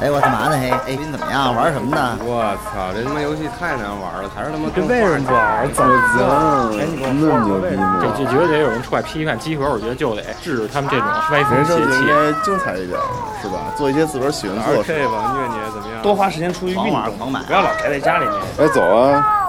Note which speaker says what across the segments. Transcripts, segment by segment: Speaker 1: 哎，我干嘛呢？嘿，哎，你怎么样？玩什么
Speaker 2: 啊
Speaker 1: 呢？
Speaker 3: 我操，这他妈游戏太难玩了，还是他妈
Speaker 4: 这为什么不玩？怎么
Speaker 5: 我
Speaker 3: 哎你给我
Speaker 5: 操，啊那么牛逼
Speaker 4: 这
Speaker 5: 吗？
Speaker 4: 就觉得得有人出来批判集合，我觉得就得制止他们这种歪风
Speaker 5: 人生
Speaker 4: 邪
Speaker 5: 就应
Speaker 4: 气。
Speaker 5: 该精彩一点，是吧？做一些自个儿喜欢
Speaker 3: 玩
Speaker 5: 做的事。
Speaker 3: 这吧，虐你怎么样？
Speaker 4: 多花时间出去运
Speaker 1: 狂玩
Speaker 4: 动，
Speaker 1: 狂买
Speaker 4: 不要老宅在家里面。
Speaker 5: 哎，走啊！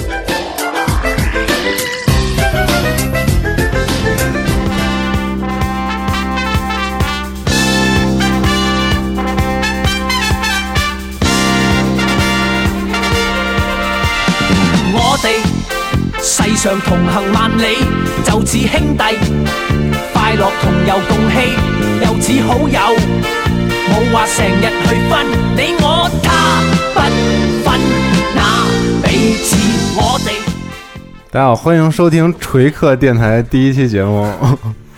Speaker 6: 我哋世上同行萬里，就似兄弟，快樂同遊共喜，又似好友，冇話成日去分你我他，不分那彼此我哋。
Speaker 7: 大家好，欢迎收听锤客电台第一期节目，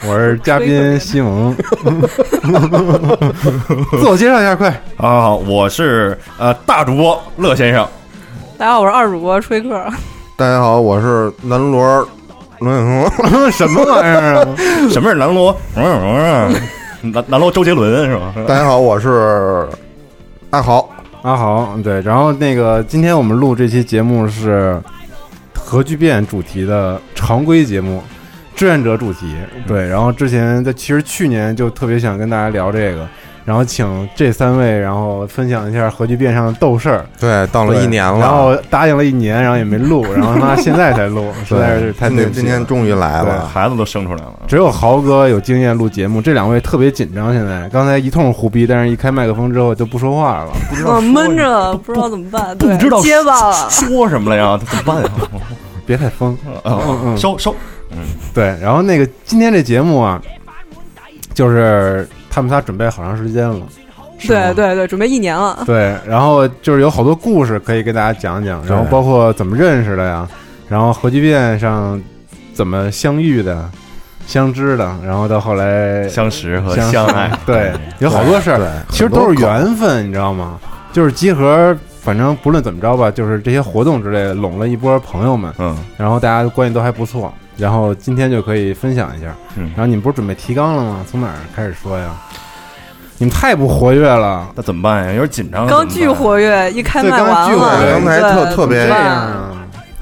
Speaker 7: 我是嘉宾西蒙。自我介绍一下，快！
Speaker 8: 啊，我是呃大主播乐先 生，
Speaker 9: 大家好，我是二主播吹客。
Speaker 5: 大家好，我是南锣龙眼红。
Speaker 7: 什么玩意儿啊？
Speaker 8: 什么是南锣？嗯南南锣周杰伦是吧？
Speaker 5: 大家好，我是阿豪。
Speaker 7: 阿豪，对，然后那个今天我们录这期节目是 核聚变主题的常规节目，志愿者主题。对，然后之前在其实去年就特别想跟大家聊这个，然后请这三位，然后分享一下核聚变上的斗事儿。
Speaker 3: 对，到
Speaker 7: 对然后答应了一年，然后也没 录，然后他妈现在才录，实在是太对不起了
Speaker 5: 终于来
Speaker 7: 了
Speaker 8: 孩子都生出来了，
Speaker 7: 只有豪哥有经验录节目，这两位特别紧张。现在刚才一通胡逼，但是一开麦克风之后就不说话了。
Speaker 9: 我闷着，不知道怎么办，对，
Speaker 8: 不知道
Speaker 9: 结巴了。
Speaker 8: 说什么了呀？怎么办呀？
Speaker 7: 别太疯。嗯
Speaker 8: 啊，收收，
Speaker 7: 对，然后那个今天这节目啊，就是他们仨准备好长时间了。是吗
Speaker 9: 对对对，准备一年
Speaker 8: 啊
Speaker 9: 了。
Speaker 7: 对，然后就是有好多故事可以跟大家讲讲，然后
Speaker 8: 对
Speaker 7: 包括怎么认识的呀，然后核聚变上怎么相遇的、相知的，然后到后来
Speaker 8: 相识和
Speaker 7: 相
Speaker 8: 相爱，
Speaker 7: 对，有好多事儿，其实都是缘分，你知道吗？就是集合，反正不论怎么着吧，就是这些活动之类的，拢了一波朋友们，
Speaker 8: 嗯，
Speaker 7: 然后大家关系都还不错，然后今天就可以分享一下。
Speaker 8: 嗯
Speaker 7: 然后你们不是准备提纲了吗？从哪儿开始说呀？你们太不活跃了，
Speaker 8: 那怎么办呀？有点紧张，
Speaker 9: 刚巨，活跃，一开
Speaker 7: 对
Speaker 9: 麦
Speaker 7: 刚
Speaker 9: 完
Speaker 7: 巨活
Speaker 9: 了，
Speaker 7: 跃刚
Speaker 9: 对
Speaker 5: 才特特别
Speaker 9: 怎
Speaker 7: 这
Speaker 9: 么
Speaker 7: 样
Speaker 9: 办
Speaker 7: 啊？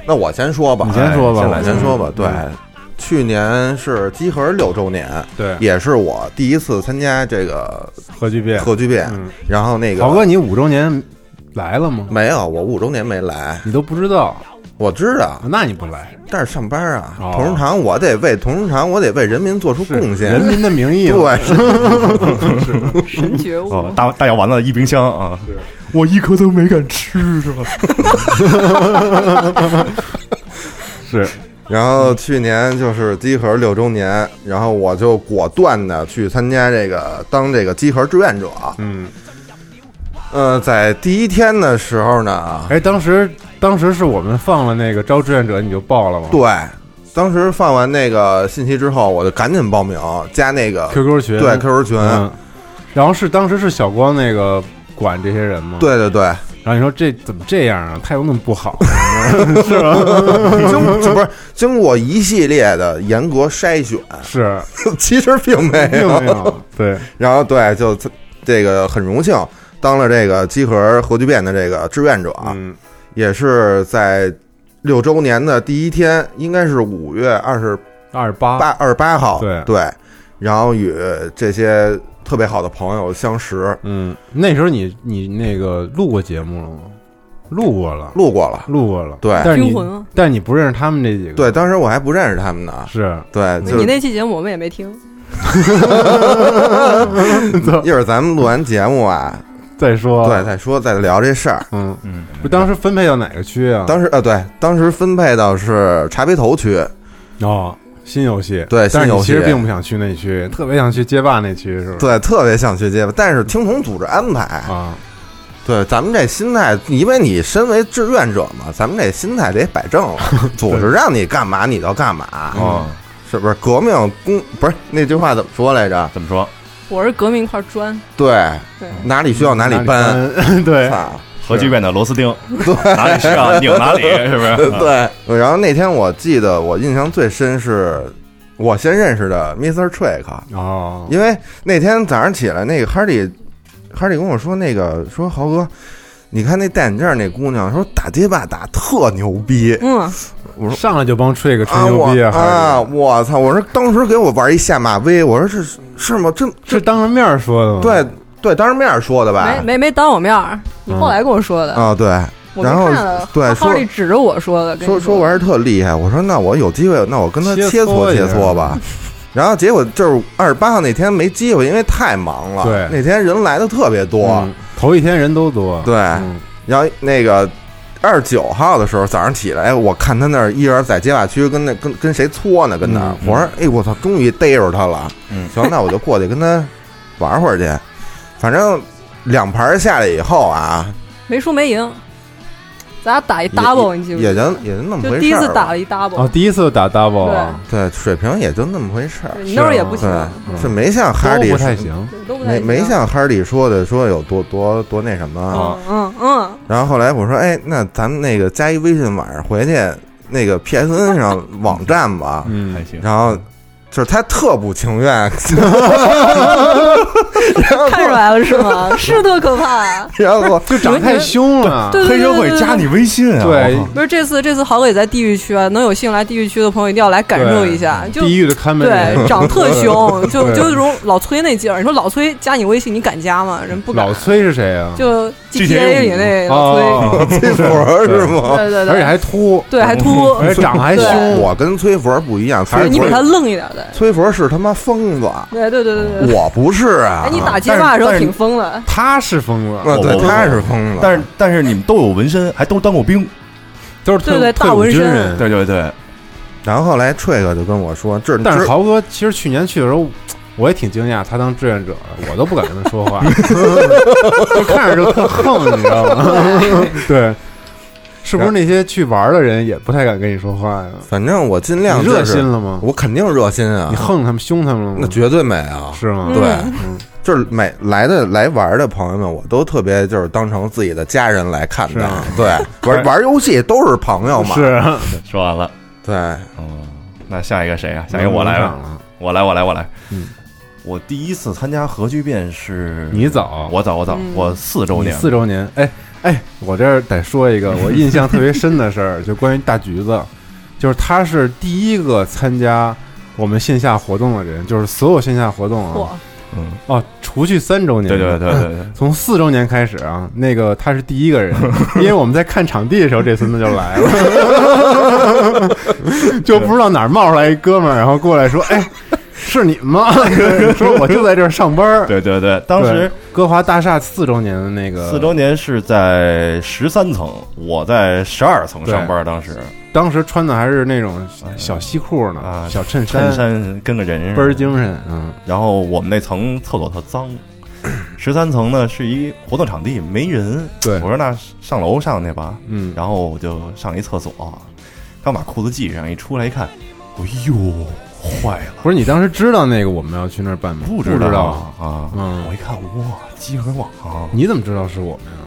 Speaker 3: 那我先说吧
Speaker 7: 你先说吧，
Speaker 3: 哎先来
Speaker 7: 我
Speaker 3: 先
Speaker 5: 先说吧，对
Speaker 7: 嗯，
Speaker 5: 去年是集合六周年，
Speaker 7: 对，
Speaker 5: 也是我第一次参加这个
Speaker 7: 核聚变，
Speaker 5: 核聚变。
Speaker 7: 嗯，
Speaker 5: 然后那个
Speaker 7: 豪哥，你五周年来了吗？
Speaker 5: 没有，我五周年没来，
Speaker 7: 你都不知道，啊
Speaker 5: 我知道，
Speaker 7: 那你不来，
Speaker 5: 但是上班啊，
Speaker 7: 哦
Speaker 5: 同仁堂我得为同仁堂，我得为人民做出
Speaker 7: 是
Speaker 5: 贡
Speaker 7: 人
Speaker 5: 献。
Speaker 7: 民的名义嘛，
Speaker 5: 对，
Speaker 9: 神觉悟
Speaker 8: 哦，，大大药丸子一冰箱啊，我一颗都没敢吃，是吧？
Speaker 7: 是
Speaker 5: 然后去年就是集合六周年，然后我就果断的去参加这个当这个集合志愿者。
Speaker 7: 嗯，
Speaker 5: 呃，在第一天的时候呢，
Speaker 7: 哎，当时当时是我们放了那个招志愿者，你就报了吗？
Speaker 5: 对，当时放完那个信息之后，我就赶紧报名加那个
Speaker 7: QQ 群
Speaker 5: 对 QQ 群，
Speaker 7: 嗯，然后是当时是小光那个管这些人吗？，
Speaker 5: 对对 对，
Speaker 7: 然后你说这怎么这样啊？态度那么不好，
Speaker 5: 经这不是经过一系列的严格筛选，
Speaker 7: 是
Speaker 5: 其实并没
Speaker 7: 并没有 对，
Speaker 5: 然后对，就这个很荣幸当了这个集合核聚变的这个志愿者，啊
Speaker 7: 嗯，
Speaker 5: 也是在六周年的第一天，应该是五月二十
Speaker 7: 二十八，
Speaker 5: 八二十八号，
Speaker 7: 对
Speaker 5: 然后与这些特别好的朋友相识，
Speaker 7: 嗯，那时候你你那个录过节目了吗？录过了，
Speaker 5: 路过了，
Speaker 7: 录过了，
Speaker 5: 对
Speaker 7: 但是
Speaker 9: 惊
Speaker 7: 你
Speaker 9: 魂了。
Speaker 7: 但是你不认识他们这几个，
Speaker 5: 对，，当时我还不认识他们呢，
Speaker 7: 是
Speaker 5: 对，就
Speaker 9: 你
Speaker 5: 是
Speaker 9: 那期节目我们也没听，
Speaker 5: 一会儿咱们录完节目啊，
Speaker 7: 再说，
Speaker 5: 对，，再说再聊这事儿。
Speaker 7: 嗯，
Speaker 8: 嗯，
Speaker 7: 不当时分配到哪个区啊？
Speaker 5: 当时呃，对，当时分配到是茶杯头区，
Speaker 7: 哦，新游戏，
Speaker 5: 对
Speaker 7: 但是
Speaker 5: 新
Speaker 7: 你
Speaker 5: 游戏
Speaker 7: 其实并不想去那区，特别想去街霸那区，是吧？
Speaker 5: 对，特别想去街吧，但是听从组织安排，
Speaker 7: 啊，
Speaker 5: 对，咱们这心态，因为你身为志愿者嘛，咱们这心态得摆正了，组织让你干嘛你就干嘛，
Speaker 8: 哦，
Speaker 5: 是不是？革命工不是那句话怎么说来着？
Speaker 8: 怎么说？
Speaker 9: 我是革命一块砖，
Speaker 5: 对，
Speaker 9: 对，
Speaker 5: 哪里需要哪里搬，
Speaker 7: 搬， 哎对，
Speaker 5: 操
Speaker 8: 核聚变的螺丝钉，哪里需要 拧哪里，是不是？
Speaker 5: 对， 然后那天我记得我印象最深是，我先认识的 Mr. Trick，
Speaker 7: 哦，
Speaker 5: 因为那天早上起来，那个哈利，哈利跟我说，那个说豪哥，你看那戴眼镜儿那姑娘，说打街霸打特牛逼
Speaker 9: 嗯，
Speaker 7: 上来就帮 Trick 吹
Speaker 5: 啊！
Speaker 7: 牛逼还
Speaker 5: 我
Speaker 7: 是
Speaker 5: 啊，我操！我说当时给我玩一下马威，我说是是吗？真
Speaker 7: 是当着面说的吗？
Speaker 5: 对对，当着面说的吧
Speaker 9: 没？没没当我面儿，你后来跟我说的，
Speaker 5: 嗯啊，对，
Speaker 9: 我没
Speaker 5: 然后
Speaker 9: 看了，
Speaker 5: 对
Speaker 9: 哈
Speaker 5: 说
Speaker 9: 利指着我说的，跟
Speaker 5: 说
Speaker 9: 你说
Speaker 5: 说我还是特厉害，我说那我有机会，那我跟他切
Speaker 7: 切
Speaker 5: 磋
Speaker 7: 磋一
Speaker 5: 切
Speaker 7: 下
Speaker 5: 磋吧。然后结果就是二十八号那天没机会，因为太忙了。
Speaker 7: 对
Speaker 5: 那天人来的特别多。
Speaker 7: 嗯，头一天人都多，
Speaker 5: 对，
Speaker 7: 嗯
Speaker 5: 然后那个二十九号的时候早上起来，我看他那儿一人在街霸区跟那跟跟谁搓呢，跟那儿、
Speaker 8: 嗯嗯
Speaker 5: 我说哎我操，终于逮着他了。
Speaker 8: 嗯
Speaker 5: 行，那我就过去跟他玩会儿去。反正两盘下来以后啊，
Speaker 9: 没输没赢，咱俩打一
Speaker 5: 也
Speaker 9: double，你记不记
Speaker 5: 也
Speaker 9: 得
Speaker 5: 就？也就那么
Speaker 9: 就
Speaker 5: 回事
Speaker 9: 第一
Speaker 5: 儿吧。
Speaker 9: 次打了一 double，、
Speaker 8: 啊
Speaker 7: 哦，第一次打 double 啊，
Speaker 5: 对，水平也就那么回事儿。
Speaker 9: 对你那会儿也不行，
Speaker 5: 对，
Speaker 7: 嗯
Speaker 5: 是没像哈
Speaker 7: 都
Speaker 5: 利
Speaker 7: 不太，行，
Speaker 9: 对都不太
Speaker 5: 没
Speaker 9: 行
Speaker 5: 没像哈利说的说有多多多那什么。
Speaker 8: 啊
Speaker 9: 嗯嗯，
Speaker 5: 然后后来我说，哎，那咱们那个加一微信，晚上回去那个 PSN 上网站吧。
Speaker 7: 嗯
Speaker 8: 还，行。
Speaker 5: 然后就是他特不情愿， 然后
Speaker 9: 嗯看出
Speaker 5: 给我
Speaker 9: 来了是 吗？是特可怕。啊
Speaker 5: 然后给我
Speaker 7: 就长太凶了，
Speaker 9: 对对
Speaker 8: 黑
Speaker 9: 对
Speaker 8: 社
Speaker 9: 对
Speaker 8: 会
Speaker 9: 对
Speaker 8: 加你微信啊！
Speaker 7: 对
Speaker 8: 我靠
Speaker 9: 不是这次这次豪哥也在地狱区啊，能有幸来地狱区的朋友一定要来感受一下，就
Speaker 7: 地狱的看门
Speaker 9: 对
Speaker 7: 人，
Speaker 9: 长特 凶，就
Speaker 7: 对
Speaker 9: 就那种老崔那劲儿。你说老崔加你微信，你敢加吗？人不敢。
Speaker 7: 老崔是谁啊？
Speaker 9: 就
Speaker 8: GTA
Speaker 9: GTA 里那老崔，
Speaker 7: 哦，
Speaker 5: 崔佛是吗？哎
Speaker 9: 对对对，
Speaker 7: 而且还秃，
Speaker 9: 对还秃，
Speaker 7: 而且长得还
Speaker 9: 对
Speaker 7: 凶，
Speaker 5: 我跟崔佛不一样，
Speaker 9: 对
Speaker 5: 崔
Speaker 9: 你比他
Speaker 5: 佛
Speaker 9: 愣一点的。
Speaker 5: 崔佛是他妈疯子，
Speaker 9: 对对对对对对。
Speaker 5: 我不是啊
Speaker 9: 哎，。你打街霸的时
Speaker 8: 但
Speaker 9: 候
Speaker 8: 是
Speaker 9: 挺疯的，
Speaker 7: 他是疯了，
Speaker 5: 啊，对，
Speaker 8: 我
Speaker 5: 他是疯子，
Speaker 8: 但是但是你们都有纹身，还都当过兵，
Speaker 7: 都是退伍
Speaker 9: 对对大
Speaker 7: 退伍
Speaker 9: 纹身
Speaker 7: 军人
Speaker 8: 对对对，
Speaker 5: 然后后来 Trick 就跟我说，这
Speaker 7: 但是
Speaker 5: 这
Speaker 7: 豪哥其实去年去的时候，我也挺惊讶，他当志愿者了，我都不敢跟他说 话，就看着就特横，你知道吗？ 对，是不是那些去玩的人也不太敢跟你说话呀？
Speaker 5: 反正我尽量
Speaker 7: 你
Speaker 5: 就是
Speaker 7: 热心了吗？
Speaker 5: 我肯定热心啊
Speaker 7: 你，横他们、凶他们了吗？
Speaker 5: 那绝对没啊。
Speaker 7: 是吗？嗯
Speaker 5: 对，就是每来的来玩的朋友们，我都特别就是当成自己的家人来看
Speaker 7: 是
Speaker 5: 待
Speaker 7: 啊。
Speaker 5: 对，玩玩游戏都是朋友嘛。
Speaker 7: 是，啊
Speaker 8: 说完了。
Speaker 5: 对，
Speaker 8: 哦，那下一个谁啊？
Speaker 5: 哎
Speaker 8: 下一个我来吧，
Speaker 7: 了，
Speaker 8: 我来，我来，我来。
Speaker 7: 嗯，
Speaker 8: 我第一次参加核聚变是
Speaker 7: 你早，
Speaker 8: 我早，我早，
Speaker 9: 嗯
Speaker 8: 我四周
Speaker 7: 你
Speaker 8: 年。
Speaker 7: 四周年，哎哎，我这儿得说一个我印象特别深的事 儿，就关于大橘子，就是他是第一个参加我们线下活动的人，就是所有线下活动啊，
Speaker 9: 嚯，
Speaker 8: 嗯，
Speaker 7: 哦，除去三周年，嗯
Speaker 8: 对对对对对，
Speaker 7: 从四周年开始啊，那个他是第一 个人，因为我们在看场地的时候，这孙子就来 了，就不知道哪儿冒出来一哥们儿，然后过来说：“哎，是你们吗？” 说我就在这儿上班儿。
Speaker 8: 对对对，当时
Speaker 7: 对歌华大厦四周年的那个
Speaker 8: 四周年是在十三层，我在十二层上班，当时
Speaker 7: 当时穿的还是那种小西裤呢，
Speaker 8: 哎啊
Speaker 7: 小衬衫，
Speaker 8: 衬衫跟个人似的
Speaker 7: 倍儿精神。嗯，
Speaker 8: 然后我们那层厕所特脏，十三层呢是一活动场地，没人。
Speaker 7: 对
Speaker 8: 我说那上楼上去吧，
Speaker 7: 嗯，
Speaker 8: 然后我就上一厕所，刚把裤子系上，一出来一看，哎呦，坏了，
Speaker 7: 不是你当时知道那个我们要去那儿办吗？不
Speaker 8: 知
Speaker 7: 道
Speaker 8: 啊！
Speaker 7: 嗯
Speaker 8: 我一看，哇，集合网啊
Speaker 7: 你怎么知道是我们呀？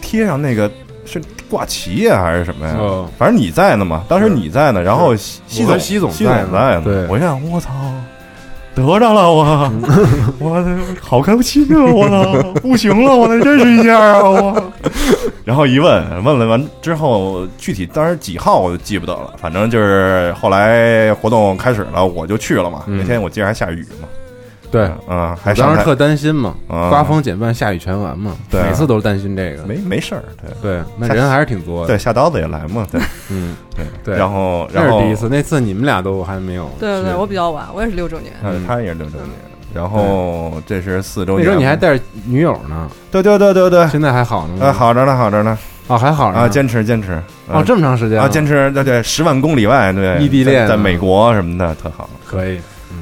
Speaker 8: 贴上那个是挂旗呀、还是什么哎呀？
Speaker 7: 哦
Speaker 8: 反正你在呢嘛，当时你在呢，然后西西
Speaker 7: 我
Speaker 8: 总
Speaker 7: 和西总
Speaker 8: 西总
Speaker 7: 在呢
Speaker 8: 在呢，
Speaker 7: 对
Speaker 8: 我一看，我操。得着 了我，我好开心啊！我操，不行了，我得认识一下啊！ 我，然后一问，问了完之后，具体当时几号我就记不得了，反正就是后来活动开始了，我就去了嘛。
Speaker 7: 嗯
Speaker 8: 那天我记着还下雨嘛，
Speaker 7: 对，
Speaker 8: 嗯，还
Speaker 7: 我
Speaker 8: 上
Speaker 7: 当
Speaker 8: 台
Speaker 7: 时特担心嘛，
Speaker 8: 啊
Speaker 7: 刮风减半，下雨全完嘛，
Speaker 8: 对啊
Speaker 7: 每次都是担心这个。
Speaker 8: 没没事儿，对
Speaker 7: 对，那人还是挺多的。
Speaker 8: 对，下刀子也来嘛，对
Speaker 7: 嗯，
Speaker 8: 对
Speaker 7: 对
Speaker 8: 然后然
Speaker 7: 那
Speaker 8: 后
Speaker 7: 是第一次，那次你们俩都还没有去。
Speaker 9: 对对对，我比较晚，我也是六周年，
Speaker 8: 呃，
Speaker 7: 嗯
Speaker 8: 他也是六周年，然后这是四周
Speaker 7: 那
Speaker 8: 年，
Speaker 7: 时候你还带着女友呢，
Speaker 8: 对对对对对，
Speaker 7: 现在还好呢吗？
Speaker 8: 呃，好着呢，好着呢，
Speaker 7: 啊，还好呢
Speaker 8: 啊，坚持坚持，呃
Speaker 7: 哦，这么长时间
Speaker 8: 啊，坚
Speaker 7: 持
Speaker 8: 持，对对，十万公里外，对，
Speaker 7: 异地恋啊
Speaker 8: 在在美国什么的特好，
Speaker 7: 可以。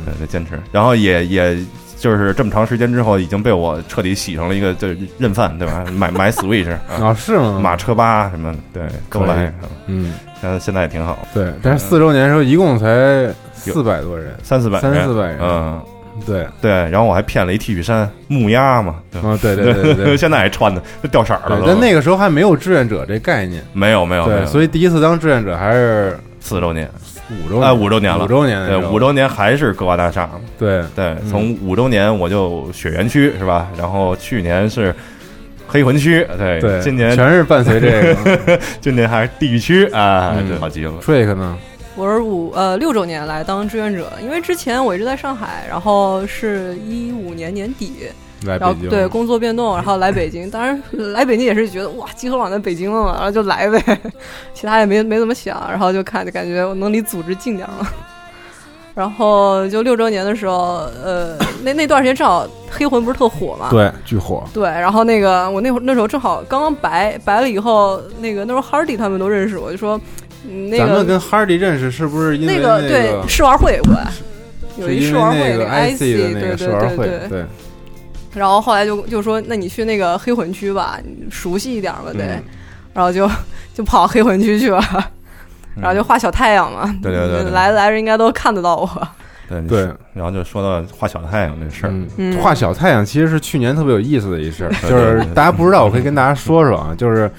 Speaker 8: 对对，坚持，然后也也就是这么长时间之后，已经被我彻底洗成了一个就是认饭，对吧？买买 Switch
Speaker 7: 啊，是吗？
Speaker 8: 马车吧什么，对，都来。
Speaker 7: 嗯，
Speaker 8: 嗯，现在也挺好，
Speaker 7: 对，但是四周年的时候一共才四百多人，
Speaker 8: 三四百人，
Speaker 7: 三四百人
Speaker 8: 嗯，
Speaker 7: 对
Speaker 8: 对。然后我还骗了一 T 恤衫，木鸭嘛，对
Speaker 7: 啊，对对对对对。
Speaker 8: 现在还穿呢，都掉色儿了
Speaker 7: 对
Speaker 8: 都。
Speaker 7: 但那个时候还没有志愿者这概念，
Speaker 8: 没有没有，
Speaker 7: 对，所
Speaker 8: 以
Speaker 7: 以第一次当志愿者还是
Speaker 8: 四周年，
Speaker 7: 五周
Speaker 8: 哎，五周年了，
Speaker 7: 五周年的嗯时
Speaker 8: 对，
Speaker 7: 候，
Speaker 8: 五周年还是格瓦大厦嘛，
Speaker 7: 对
Speaker 8: 对，从五周年我就雪原区是吧？然后去年是黑魂区，对，
Speaker 7: 对，
Speaker 8: 今年
Speaker 7: 全是伴随这 个
Speaker 8: 今年还是地狱区啊，
Speaker 7: 嗯
Speaker 8: 这好极了。
Speaker 7: trick 呢，
Speaker 9: 我是五呃六周年来当志愿者，因为之前我一直在上海，然后是一五年年底，
Speaker 7: 来
Speaker 9: 然
Speaker 7: 北
Speaker 9: 后
Speaker 7: 京
Speaker 9: 对工作变动，然后来北京。当然来北京也是觉得哇，集合网在北京了嘛，然后就来呗， 其他也没没怎么想，然后就看就感觉我能离组织近点儿了。然后就六周年的时候，呃，那那段时间正好黑魂不是特火嘛，
Speaker 7: 对巨火，
Speaker 9: 对，然后那个我那会儿那时候正好刚刚白白了以后，那个那时候 Hardy 他们都认识我，就说嗯那
Speaker 7: 咱们
Speaker 9: 个
Speaker 7: 跟 Hardy 认识是不是因为
Speaker 9: 那
Speaker 7: 个
Speaker 9: 对试玩会有关，有
Speaker 7: 是
Speaker 9: 一
Speaker 7: 因
Speaker 9: 试
Speaker 7: 为
Speaker 9: 玩会
Speaker 7: 那个的
Speaker 9: IC 对
Speaker 7: 那
Speaker 9: 对
Speaker 7: 个
Speaker 9: 对
Speaker 7: 试玩会
Speaker 9: 对，
Speaker 7: 对，
Speaker 9: 然后后来就就说那你去那个黑魂区吧，你熟悉一点吧，对，
Speaker 7: 嗯
Speaker 9: 然后就就跑黑魂区去了，
Speaker 7: 嗯
Speaker 9: 然后就画小太阳嘛，
Speaker 8: 对对对对
Speaker 9: 来来人应该都看得到我，
Speaker 8: 对
Speaker 7: 对，
Speaker 8: 然后就说到画小太阳这事儿，
Speaker 7: 嗯
Speaker 9: 嗯，
Speaker 7: 画小太阳其实是去年特别有意思的一事儿，
Speaker 8: 对
Speaker 7: 就是
Speaker 8: 对对
Speaker 7: 大家不知道，我可以跟大家说说啊，就是。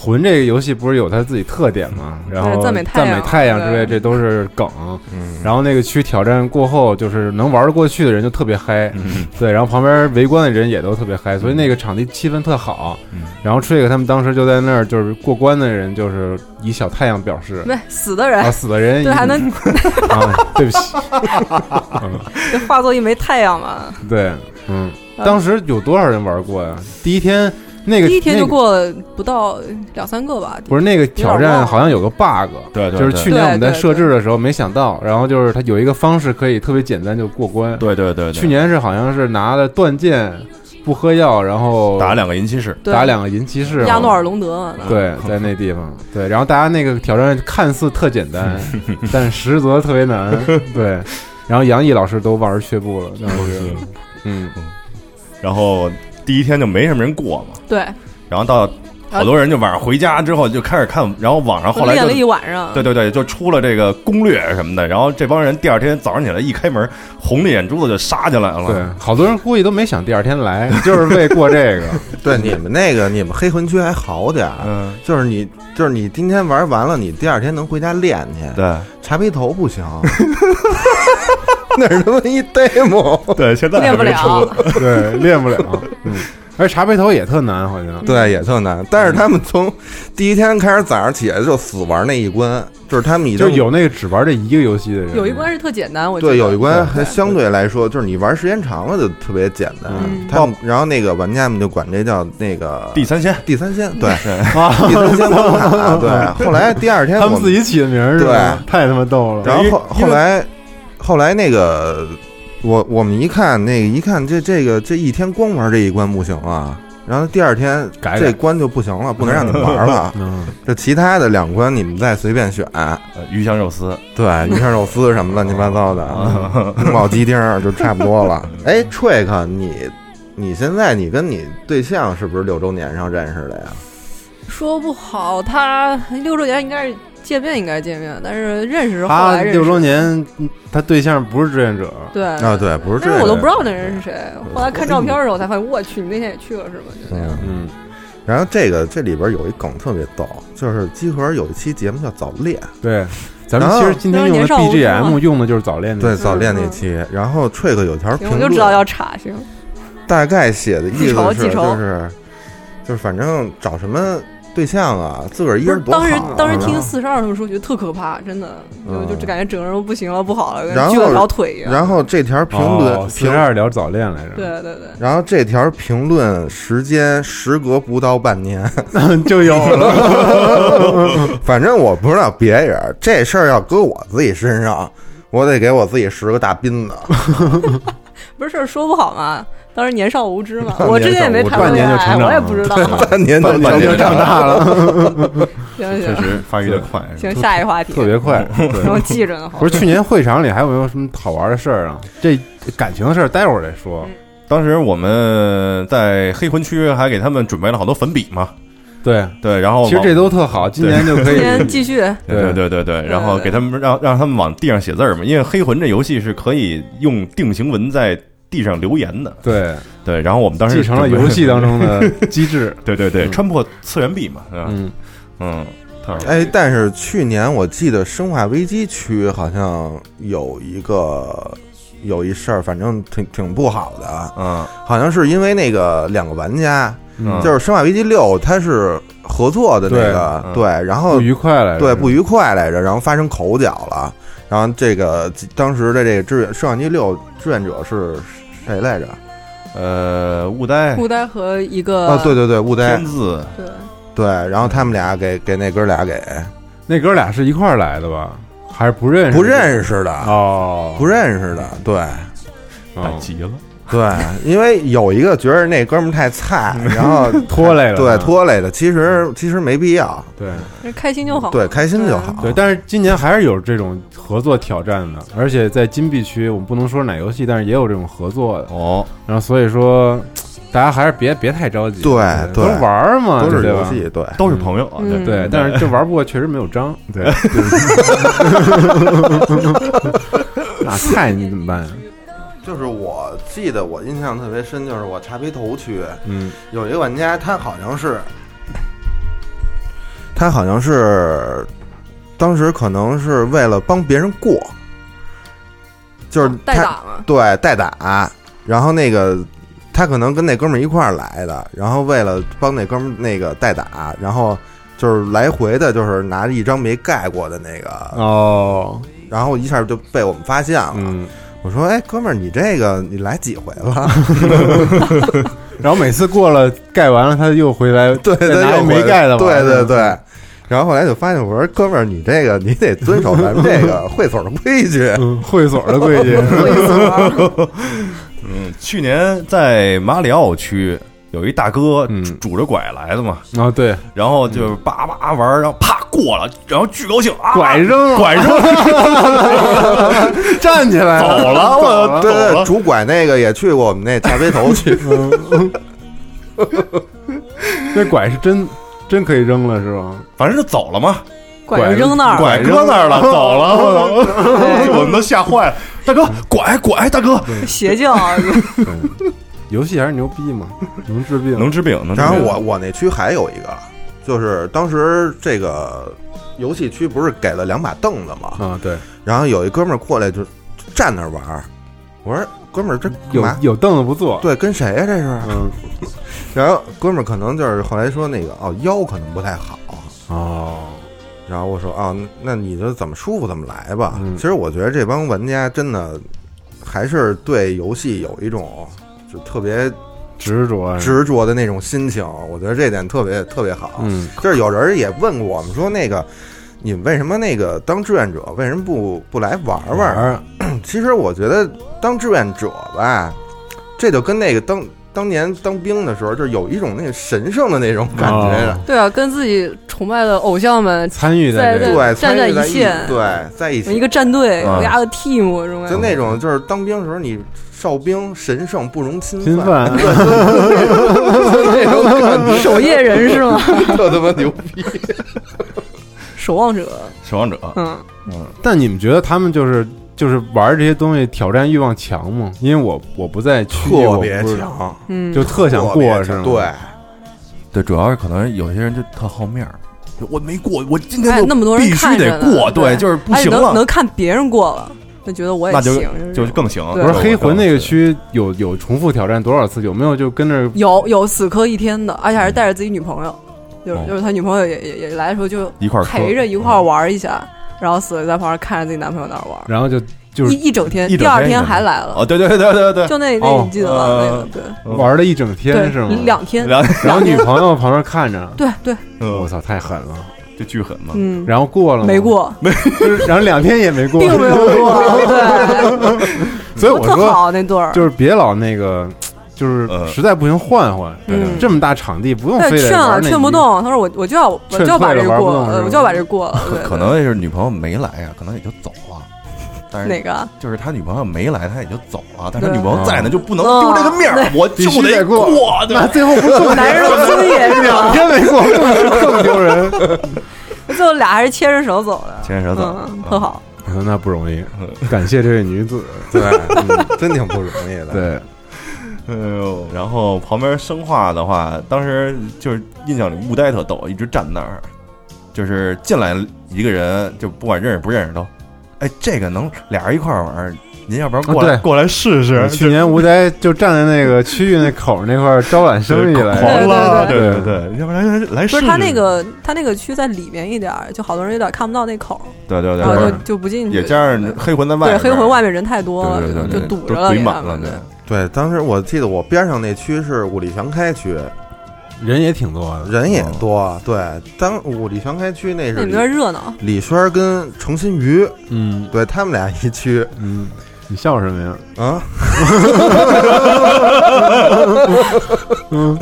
Speaker 7: 魂这个游戏不是有它自己特点吗？
Speaker 8: 嗯
Speaker 7: 然后
Speaker 9: 对赞美太阳
Speaker 7: 阳之类，
Speaker 9: 对
Speaker 7: 这都是梗。
Speaker 8: 嗯
Speaker 7: 然后那个区挑战过后，就是能玩得过去的人就特别嗨，
Speaker 8: 嗯
Speaker 7: 对，然后旁边围观的人也都特别嗨，所以那个场地气氛特好。
Speaker 8: 嗯
Speaker 7: 然后 Trick 他们当时就在那儿，就是过关的人就是以小太阳表示，
Speaker 9: 对死的人
Speaker 7: 啊，死的人以
Speaker 9: 对还能
Speaker 7: 啊，对不起，
Speaker 9: 就化作一枚太阳嘛，
Speaker 7: 对，嗯，当时有多少人玩过呀？第一天那个
Speaker 9: 第一天
Speaker 7: 那
Speaker 9: 就
Speaker 7: 个
Speaker 9: 过了不到两三个吧，
Speaker 7: 不是那个挑
Speaker 9: 有点忘
Speaker 7: 战
Speaker 9: 了
Speaker 7: 好像有个 bug，
Speaker 8: 对对
Speaker 7: 就是去年我们在
Speaker 9: 对对
Speaker 7: 设置的时候没想到，然后就是它有一个方式可以特别简单就过关。
Speaker 8: 对对对对，
Speaker 7: 去年是好像是拿了断剑，不喝药，然后
Speaker 8: 打两个银骑士，
Speaker 9: 对
Speaker 7: 打两啊个银骑士嘛，
Speaker 9: 亚诺尔隆德嘛，
Speaker 7: 对，在那地方对，然后大家那个挑战看似特简 单，但实则特别难，对。然后杨毅老师都望而却步了，那是，嗯，
Speaker 8: 然后第一天就没什么人过嘛，
Speaker 9: 对，
Speaker 8: 然后到好多人就晚上回家之后就开始看，然后网上后来
Speaker 9: 练了一
Speaker 8: 就。
Speaker 9: 晚上，
Speaker 8: 对对对，就出了这个攻略什么的，然后这帮人第二天早上起来一开门，红着眼珠子就杀进来了。
Speaker 7: 对，好多人估计都没想第二天 来，就是为过这个，
Speaker 5: 对你们那个你们黑魂区还好点儿，
Speaker 8: 嗯，
Speaker 5: 就是你就是你今天玩完了，你第二天能回家练去。
Speaker 8: 对
Speaker 5: 茶杯头不行，那是他妈一 demo。
Speaker 8: 对，现在还
Speaker 9: 练不
Speaker 8: 没出
Speaker 9: 了，
Speaker 7: 对，练不了。嗯，而茶杯头也特难，好像。
Speaker 5: 对，也特难，但是他们从第一天开始早上起来就死玩那一关，就是他们已
Speaker 7: 就
Speaker 5: 经
Speaker 7: 有那个只玩这一个游戏的人，
Speaker 9: 有一关是特简单，我觉得
Speaker 5: 对，有一关还相对来说，就是你玩时间长了就特别简单。
Speaker 7: 嗯
Speaker 5: 他们然后那个玩家们就管这叫那个
Speaker 8: 第三仙，
Speaker 5: 第三仙，对， 第三仙关卡。啊对，后来第二天
Speaker 7: 他
Speaker 5: 我
Speaker 7: 哎们自己起的名儿，是吧？太他妈逗了。
Speaker 5: 然后后后来后来那个我我们一看那个一看这这个这一天光玩这一关不行啊。然后第二天
Speaker 7: 改改。
Speaker 5: 这关就不行了，不能让你们玩 了
Speaker 7: 嗯，
Speaker 5: 这其他的两关你们再随便选，
Speaker 8: 呃鱼香肉丝，
Speaker 5: 对，鱼香肉丝什么乱七八糟的，
Speaker 7: 啊
Speaker 9: 啊
Speaker 5: 宫保鸡丁儿就差不多了。 哎，Trick，你你现在你跟你对象是不是六周年上认识的呀？
Speaker 9: 说不好，他六周年应该是见面，应该是见面，但是认识是后
Speaker 7: 他
Speaker 9: 来认识。
Speaker 7: 六周年，嗯他对象不是志愿者，
Speaker 9: 对
Speaker 5: 啊，，对，不是这
Speaker 9: 但
Speaker 5: 个。
Speaker 9: 是我都不知呃道那人是谁。后来看照片的时候才发现，我去，你那天也去了是吗？就那样
Speaker 5: 嗯，
Speaker 7: 嗯，
Speaker 5: 然后这个这里边有一梗特别逗，就是集合有一期节目叫早恋，
Speaker 7: 对。咱们其实今天用的 BGM 用的就是早恋
Speaker 5: 对
Speaker 7: 的，
Speaker 5: 早恋那期，然后 Trick 有条
Speaker 9: 嗯行，
Speaker 5: 评
Speaker 9: 我
Speaker 5: 论，
Speaker 9: 就知道要查行。
Speaker 5: 大概写的意
Speaker 9: 记
Speaker 5: 思
Speaker 9: 仇
Speaker 5: 是
Speaker 9: 记仇
Speaker 5: 就是就是反正找什么对象啊，自个儿一
Speaker 9: 不是
Speaker 5: 人多好
Speaker 9: 当时
Speaker 5: 啊。嗯
Speaker 9: 当时听四十二他们说，觉得特可怕，真的，就就就感觉整个人都不行了，不好了，跟
Speaker 5: 然后
Speaker 9: 锯了条腿一样。
Speaker 5: 然后这条评论
Speaker 7: 四
Speaker 5: 评
Speaker 7: 十哦二聊早恋来着，
Speaker 9: 对对对，
Speaker 5: 然后这条评论时间时隔不到 半年，
Speaker 7: 就有了。
Speaker 5: 反正我不知道别人 这事儿要搁我自己身上，我得给我自己十个大斌子。
Speaker 9: 不是事儿说不好嘛，当时年少无知嘛，
Speaker 5: 半
Speaker 9: 我之前也没
Speaker 5: 年少无知
Speaker 9: 谈过
Speaker 7: 半年
Speaker 9: 恋
Speaker 7: 就
Speaker 9: 爱，
Speaker 7: 成
Speaker 9: 我也
Speaker 7: 长
Speaker 9: 不
Speaker 7: 了
Speaker 9: 知道。
Speaker 5: 半年就
Speaker 7: 半年就长大了，
Speaker 9: 行
Speaker 8: 确
Speaker 9: 行
Speaker 8: 实发育的快，
Speaker 9: 行，下一话题，
Speaker 7: 特别 快。
Speaker 9: 然后
Speaker 7: 对，
Speaker 9: 记着呢。好
Speaker 7: 不是去年会场里还有没有什么好玩的事儿啊？这感情的事儿待会儿再说。
Speaker 9: 嗯
Speaker 8: 当时我们在黑魂区还给他们准备了好多粉笔嘛，
Speaker 7: 对，
Speaker 8: 对，然后
Speaker 7: 其实
Speaker 8: 往
Speaker 7: 这都特好，今年就可
Speaker 9: 今
Speaker 7: 以。
Speaker 9: 天继续，
Speaker 5: 哎
Speaker 8: 对对对对对，然后给他们让让他们往地上写字儿嘛，因为黑魂这游戏是可以用定型文在地上留言的，
Speaker 7: 对，
Speaker 8: 对，然后我们当时
Speaker 7: 继承了
Speaker 8: 准备
Speaker 7: 游戏当，中的机制。
Speaker 8: 对对对，
Speaker 7: 嗯
Speaker 8: 穿破次元壁嘛，对吧？
Speaker 7: 嗯，
Speaker 8: 嗯，特好
Speaker 5: 哎，但是去年我记得《生化危机》区好像有一个有一事儿，反正挺挺不好的，
Speaker 8: 嗯
Speaker 5: 好像是因为那个两个玩家，
Speaker 8: 嗯
Speaker 5: 就是《生化危机六》，它是合作的那个
Speaker 8: 对嗯
Speaker 5: 对，然后
Speaker 7: 不愉快了。
Speaker 5: 对不愉快来着，然后发生口角了，然后这个当时的这个志愿《生化危机六》志愿者是谁来着？
Speaker 8: 呃，雾呆
Speaker 9: 孤单和一个
Speaker 5: 啊，对对对，雾呆
Speaker 8: 天，字，
Speaker 9: 对
Speaker 5: 对，然后他们俩给给那哥俩给
Speaker 7: 那哥俩是一块儿来的吧？还是不认识？
Speaker 5: 不认识的，
Speaker 7: 哦，
Speaker 5: 不认识的，对。
Speaker 8: 打
Speaker 7: 哦，
Speaker 8: 急了，
Speaker 5: 对，因为有一个觉得那哥们儿太 菜，然后
Speaker 7: 拖累了。
Speaker 5: 对拖累的，其实其实没必要，
Speaker 7: 对
Speaker 8: 嗯
Speaker 9: 对，开心就好。
Speaker 5: 对，开心就好。
Speaker 7: 对，但是今年还是有这种合作挑战的，而且在金币区，我们不能说是哪游戏，但是也有这种合作的。
Speaker 8: 哦，
Speaker 7: 然后所以说，大家还是别别太着急，
Speaker 5: 对
Speaker 7: 都
Speaker 5: 对
Speaker 7: 玩儿嘛，
Speaker 5: 都是
Speaker 7: 对
Speaker 5: 游
Speaker 7: 吧。
Speaker 5: 戏，对
Speaker 8: 都是朋友啊，
Speaker 9: 嗯
Speaker 7: 对，但是这玩不过确实没有章，对， 那菜你怎么办呀？
Speaker 5: 就是我记得我印象特别深，就是我茶杯头区
Speaker 7: 嗯，
Speaker 5: 有一个玩家，他好像是，他好像是当时可能是为了帮别人过，就是
Speaker 9: 哦代
Speaker 5: 他
Speaker 9: 打嘛，
Speaker 5: 对，代打。然后那个他可能跟那哥们儿一块儿来的，然后为了帮那哥们儿那个代打，然后就是来回的，就是拿着一张没盖过的那个，
Speaker 7: 哦，
Speaker 5: 然后一下就被我们发现了。
Speaker 7: 嗯，
Speaker 5: 我说：“哎，哥们儿，你这个你来几回了？
Speaker 7: 然后每次过了盖完了，他又回来，
Speaker 5: 对，
Speaker 7: 再
Speaker 5: 他
Speaker 7: 拿
Speaker 5: 又
Speaker 7: 一没
Speaker 5: 回
Speaker 7: 盖的玩
Speaker 5: 对
Speaker 7: 儿，
Speaker 5: 对对。”然后后来就发现，我说：“哥们儿，你这个你得遵守咱们这个会所的规矩。
Speaker 7: 嗯，会所的 规矩，
Speaker 9: 我也想玩儿
Speaker 8: 嗯，去年在马里奥区有一大哥
Speaker 7: 嗯
Speaker 8: 拄着拐来的嘛，
Speaker 7: 啊，对，
Speaker 8: 然后就是叭叭玩儿，然后啪过了，然后巨高兴啊，
Speaker 7: 拐扔了，
Speaker 8: 拐扔了
Speaker 7: 站起来
Speaker 8: 走了，我走
Speaker 5: 对对，
Speaker 8: 了，
Speaker 5: 主管那个也去过我们那茶 杯头去，
Speaker 7: 嗯那拐是真真可以扔了是吧？
Speaker 8: 反正就走了嘛，
Speaker 9: 拐扔那儿了，
Speaker 8: 拐搁那儿了，走了， 我操我们都吓坏了，大哥拐拐，大哥
Speaker 9: 邪教啊，
Speaker 7: 游戏还是牛逼 嘛，能治病，
Speaker 8: 能治病，能治病。
Speaker 5: 然后我我那区还有一个，就是当时这个游戏区不是给了两把凳子嘛，
Speaker 7: 啊，对，
Speaker 5: 然后有一哥们儿过来就站那儿玩儿，我说哥们儿这干
Speaker 7: 有
Speaker 5: 嘛？
Speaker 7: 有凳子不坐，
Speaker 5: 对，跟谁呀、这是？
Speaker 7: 嗯，
Speaker 5: 然后哥们儿可能就是后来说那个哦腰可能不太好，
Speaker 7: 哦，
Speaker 5: 然后我说哦那你就怎么舒服怎么来吧。
Speaker 7: 嗯
Speaker 5: 其实我觉得这帮玩家真的还是对游戏有一种就特别
Speaker 7: 执着，，啊
Speaker 5: 执着的那种心情，我觉得这点特别特别好。
Speaker 7: 嗯，
Speaker 5: 就是有人也问过我们说，那个你们为什么那个当志愿者为什么不不来玩玩
Speaker 7: 玩
Speaker 5: 儿？
Speaker 7: 儿，
Speaker 5: 其实我觉得当志愿者吧，这就跟那个当当年当兵的时候，就有一种那个神圣的那种感觉
Speaker 7: 哦
Speaker 5: 的。
Speaker 9: 对啊，跟自己崇拜的偶像们，
Speaker 7: 参与在
Speaker 9: 在
Speaker 7: 这个，
Speaker 5: 对，
Speaker 9: 站在
Speaker 5: 参与在
Speaker 9: 一线
Speaker 5: 对，在一起，
Speaker 9: 一个战队，
Speaker 8: 啊
Speaker 9: 我压个 team 什么
Speaker 5: 就
Speaker 9: 的，
Speaker 5: 那种就是当兵的时候，你哨兵神圣不容侵
Speaker 7: 侵
Speaker 5: 犯，
Speaker 7: 犯，
Speaker 5: 那种感觉
Speaker 9: 守夜人是 吗？
Speaker 5: 特他妈牛逼。
Speaker 9: 守望者，
Speaker 8: 守望者，
Speaker 9: 嗯，
Speaker 7: 但你们觉得他们就是就是玩这些东西挑战欲望强吗？因为我我不在区，
Speaker 5: 特
Speaker 7: 我
Speaker 5: 别
Speaker 7: 不是，
Speaker 5: 强，
Speaker 9: 嗯，
Speaker 7: 就特想
Speaker 5: 特别
Speaker 7: 过是
Speaker 5: 强
Speaker 7: 吗？
Speaker 8: 对，
Speaker 5: 对，
Speaker 8: 主要是可能有些人就特好面儿，就我没过，我今天
Speaker 9: 哎
Speaker 8: 就，
Speaker 9: 那么多人
Speaker 8: 必须
Speaker 9: 看着
Speaker 8: 得
Speaker 9: 呢
Speaker 8: 过，
Speaker 9: 对，
Speaker 8: 就是不
Speaker 9: 哎
Speaker 8: 行
Speaker 9: 能
Speaker 8: 了，
Speaker 9: 能看别人过了，就觉得我也
Speaker 8: 那就
Speaker 9: 行，
Speaker 8: 就是更行。
Speaker 9: 对
Speaker 7: 不是黑魂那个区有有重复挑战多少次？有没有就跟着
Speaker 9: 有有死磕一天的，而且还是带着自己女朋友，就是
Speaker 8: 哦
Speaker 9: 就是他女朋友也也也来的时候就
Speaker 8: 一块儿磕
Speaker 9: 陪着一块儿玩一下，然后死了在旁边看着自己男朋友在那儿玩，
Speaker 7: 然后就就是
Speaker 9: 一一整天，
Speaker 8: 一整
Speaker 9: 第二
Speaker 8: 天
Speaker 9: 天
Speaker 8: 呢
Speaker 9: 还来
Speaker 8: 哦，
Speaker 9: 了，
Speaker 8: 对对对对对，嗯
Speaker 9: 就那那
Speaker 7: 哦
Speaker 9: 你记得吧？那个对
Speaker 7: 玩了一整天是吗
Speaker 9: 对，？两天，
Speaker 8: 两
Speaker 7: 然后女朋友旁边看着，
Speaker 9: 对对，
Speaker 7: 我
Speaker 8: 嗯
Speaker 7: 操，太狠了！
Speaker 8: 就巨狠嘛。
Speaker 9: 嗯，
Speaker 7: 然后过了吗
Speaker 9: 没，过，
Speaker 7: 就是然后两天也没过，
Speaker 9: 并没 有过，对，
Speaker 7: 所以我
Speaker 9: 特
Speaker 7: 说
Speaker 9: 好那对儿，
Speaker 7: 就是别老那个，就是
Speaker 8: 呃
Speaker 7: 实在不行换换。
Speaker 9: 嗯
Speaker 7: 这么大场地不用
Speaker 9: 但
Speaker 7: 非得
Speaker 9: 劝
Speaker 7: 玩
Speaker 9: 了
Speaker 7: 那
Speaker 9: 劝不
Speaker 7: 一
Speaker 9: 动，他说我我就要我
Speaker 7: 劝
Speaker 9: 就要把
Speaker 7: 退了
Speaker 9: 这
Speaker 7: 玩不
Speaker 9: 过，
Speaker 7: 动是
Speaker 9: 呃
Speaker 7: 吧
Speaker 9: 我就要把这过了，对
Speaker 8: 可能是女朋友没来啊，可能也就走了。但
Speaker 9: 哪
Speaker 8: 是
Speaker 9: 个啊？
Speaker 8: 就是他女朋友没来，他也就走了。但是他
Speaker 9: 对
Speaker 8: 女朋友在呢，就不能
Speaker 9: 嗯
Speaker 8: 丢这个面儿，我就
Speaker 7: 必须得过
Speaker 8: 过。对吧
Speaker 7: 那最后不 是更啊
Speaker 9: 男人的尊严是吧？
Speaker 7: 两天没过，更 更丢人。
Speaker 9: 最后俩还是牵着手走的，
Speaker 8: 牵着手走
Speaker 9: 嗯，特好。
Speaker 7: 我说那不容易， 感谢这位女子，对，嗯
Speaker 5: 真挺不容易的。，
Speaker 7: 对，
Speaker 8: 哎呦，然后旁边生化的话，当时就是印象里雾呆特逗，一直站那儿，就是进来一个人，就不管认识不认识都，哎，这个能俩人一块儿玩儿，您要不然过来、
Speaker 7: 啊对
Speaker 8: 过来试试
Speaker 7: 我，去年吴呆就站在那个区域那口儿那块儿招揽生意来，
Speaker 8: 狂拉，
Speaker 9: 对
Speaker 7: 对对
Speaker 8: 对对，要不然来来试
Speaker 9: 不
Speaker 8: 试。
Speaker 9: 是他那，个他那个区在里面一点儿，就好多人有点看不到那口儿，
Speaker 8: 对对
Speaker 9: 然后就
Speaker 8: 对，
Speaker 9: 就不进去。
Speaker 8: 也加上黑魂在外
Speaker 9: 对
Speaker 8: 边，
Speaker 9: 黑魂外面人太多了，
Speaker 8: 对对对
Speaker 9: 就
Speaker 8: 对，
Speaker 9: 堵
Speaker 8: 都
Speaker 9: 着了
Speaker 8: 堆
Speaker 9: 给
Speaker 8: 满
Speaker 9: 他
Speaker 8: 了，
Speaker 9: 们。
Speaker 8: 对，
Speaker 5: 对，当时我记得我边上那区是五里全开区，
Speaker 7: 人也挺多的，
Speaker 5: 人也多。对，当五里全开区那
Speaker 9: 那
Speaker 5: 是
Speaker 9: 你们那儿
Speaker 5: 李
Speaker 9: 热闹，
Speaker 5: 李轩儿跟程新瑜，
Speaker 7: 嗯
Speaker 5: 对他们俩一区
Speaker 7: 嗯，你笑什么呀？
Speaker 5: 啊。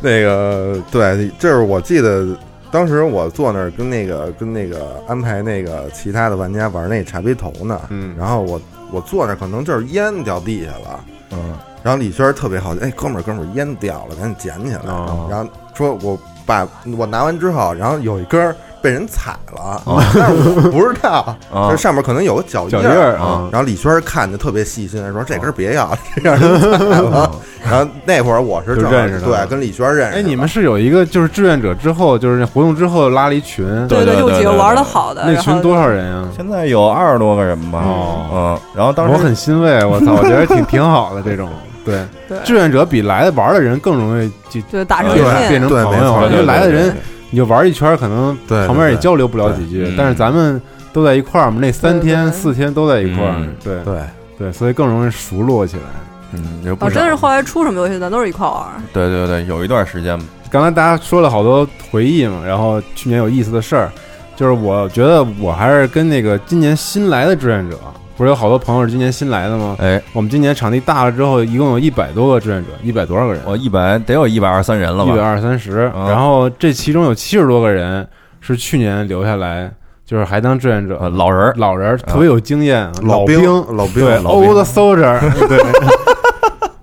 Speaker 5: 那个对，这是我记得。当时我坐那儿跟那个跟那个安排那个其他的玩家玩那茶杯头呢，
Speaker 7: 嗯
Speaker 5: 然后我我坐那儿可能就是烟掉地下了，
Speaker 8: 嗯，
Speaker 5: 然后李轩儿特别好心，哎，哥们儿，哥们儿，烟掉了，赶紧捡起来。
Speaker 7: 哦
Speaker 5: 然后说我把我拿完之后，然后有一根儿被人踩了，但是我不知道，
Speaker 8: 哦
Speaker 5: 这上面可能有个脚印
Speaker 7: 哦脚印
Speaker 5: 儿。
Speaker 7: 儿啊，
Speaker 5: 然后李轩儿看着特别细心，说这根儿别要，这让人踩了。然后那会儿我是
Speaker 7: 就
Speaker 5: 正好
Speaker 7: 认识他了
Speaker 5: 对，跟李轩儿认识。
Speaker 7: 哎，你们是有一个就是志愿者之后，就是那活动之后拉了一群，
Speaker 8: 对
Speaker 9: 对，
Speaker 8: 对
Speaker 9: 就
Speaker 8: 对
Speaker 9: 几个
Speaker 8: 对
Speaker 9: 玩的
Speaker 8: 对
Speaker 9: 好的，
Speaker 7: 那
Speaker 9: 然后
Speaker 7: 群多少人啊？
Speaker 8: 现在有二十多个人吧，
Speaker 7: 哦
Speaker 8: 嗯，然后当时
Speaker 7: 我很欣慰，我操，我觉得挺挺好的这种，对，
Speaker 9: 对
Speaker 7: 志愿者比来的玩的人更容易就
Speaker 9: 对打成
Speaker 7: 变
Speaker 9: 一
Speaker 5: 对
Speaker 7: 变
Speaker 9: 片，
Speaker 7: 成
Speaker 5: 对
Speaker 7: 朋
Speaker 5: 没
Speaker 7: 友
Speaker 5: 错
Speaker 7: 了，因为
Speaker 8: 对
Speaker 7: 来的
Speaker 8: 对对
Speaker 7: 人你就玩一圈，可能
Speaker 5: 对
Speaker 7: 旁边也交流不了几句
Speaker 8: 对，
Speaker 7: 但是咱们都在一块儿嘛，那三
Speaker 9: 对
Speaker 7: 天
Speaker 9: 对
Speaker 7: 四天都在一块儿
Speaker 8: 嗯，
Speaker 7: 对
Speaker 5: 对
Speaker 7: 对，所以更容易熟络起来。
Speaker 8: 嗯，有不
Speaker 9: 哦，
Speaker 8: 少
Speaker 9: 真是后来出什么游戏咱都是一块玩儿，
Speaker 8: 对对对，有一段时间
Speaker 7: 刚才大家说了好多回忆嘛，然后去年有意思的事儿，就是我觉得我还是跟那个今年新来的志愿者，不是有好多朋友是今年新来的吗？
Speaker 8: 哎，
Speaker 7: 我们今年场地大了之后，一共有一百多个志愿者，一百多少个人？
Speaker 8: 我一百得有一百二三人了
Speaker 7: 一百
Speaker 8: 吧？
Speaker 7: 二三十。
Speaker 8: 嗯
Speaker 7: 然后这其中有七十多个人是去年留下来，就是还当志愿者
Speaker 8: 呃，，老人儿，
Speaker 7: 老人儿特别有经验啊，
Speaker 5: 老
Speaker 7: 兵，
Speaker 5: 老兵
Speaker 7: 对
Speaker 8: 老兵
Speaker 7: ，old soldier，对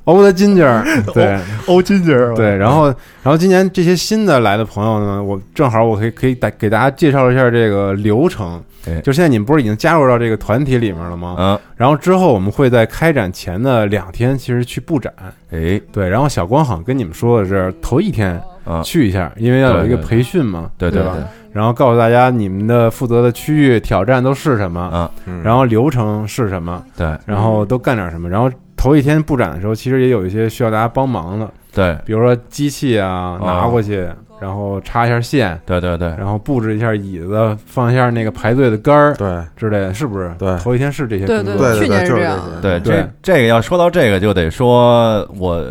Speaker 7: ，old ginger，对。
Speaker 8: 欧金姐儿
Speaker 7: 对，然后然后今年这些新的来的朋友呢，我正好我可以可以带给大家介绍一下这个流程
Speaker 8: 哎。
Speaker 7: 就现在你们不是已经加入到这个团体里面了吗？
Speaker 8: 嗯，
Speaker 7: 然后之后我们会在开展前的两天，其实去布展。
Speaker 8: 哎，
Speaker 7: 对，然后小光好像跟你们说的是头一天
Speaker 8: 啊，
Speaker 7: 去一下，因为要有一个
Speaker 8: 对对对
Speaker 7: 培训嘛，
Speaker 8: 对对
Speaker 7: 吧？然后告诉大家你们的负责的区域挑战都是什么，
Speaker 8: 啊，
Speaker 7: 然后流程是什么，
Speaker 8: 对
Speaker 7: 然后都干点什么。然后头一天布展的时候，其实也有一些需要大家帮忙的，
Speaker 8: 对
Speaker 7: 比如说机器啊
Speaker 8: 哦
Speaker 7: 拿过去，然后插一下线，
Speaker 8: 对对对，
Speaker 7: 然后布置一下椅子，放一下那个排队的杆儿
Speaker 5: 对
Speaker 7: 之类的，是不是？
Speaker 5: 对
Speaker 7: 头一天是这些
Speaker 9: 对
Speaker 7: 工作。
Speaker 5: 对对
Speaker 9: 去年
Speaker 5: 对，
Speaker 9: 是
Speaker 5: 就是
Speaker 9: 这样
Speaker 5: 些
Speaker 8: 对，
Speaker 7: 对
Speaker 8: 这这个要说到这个，就得说我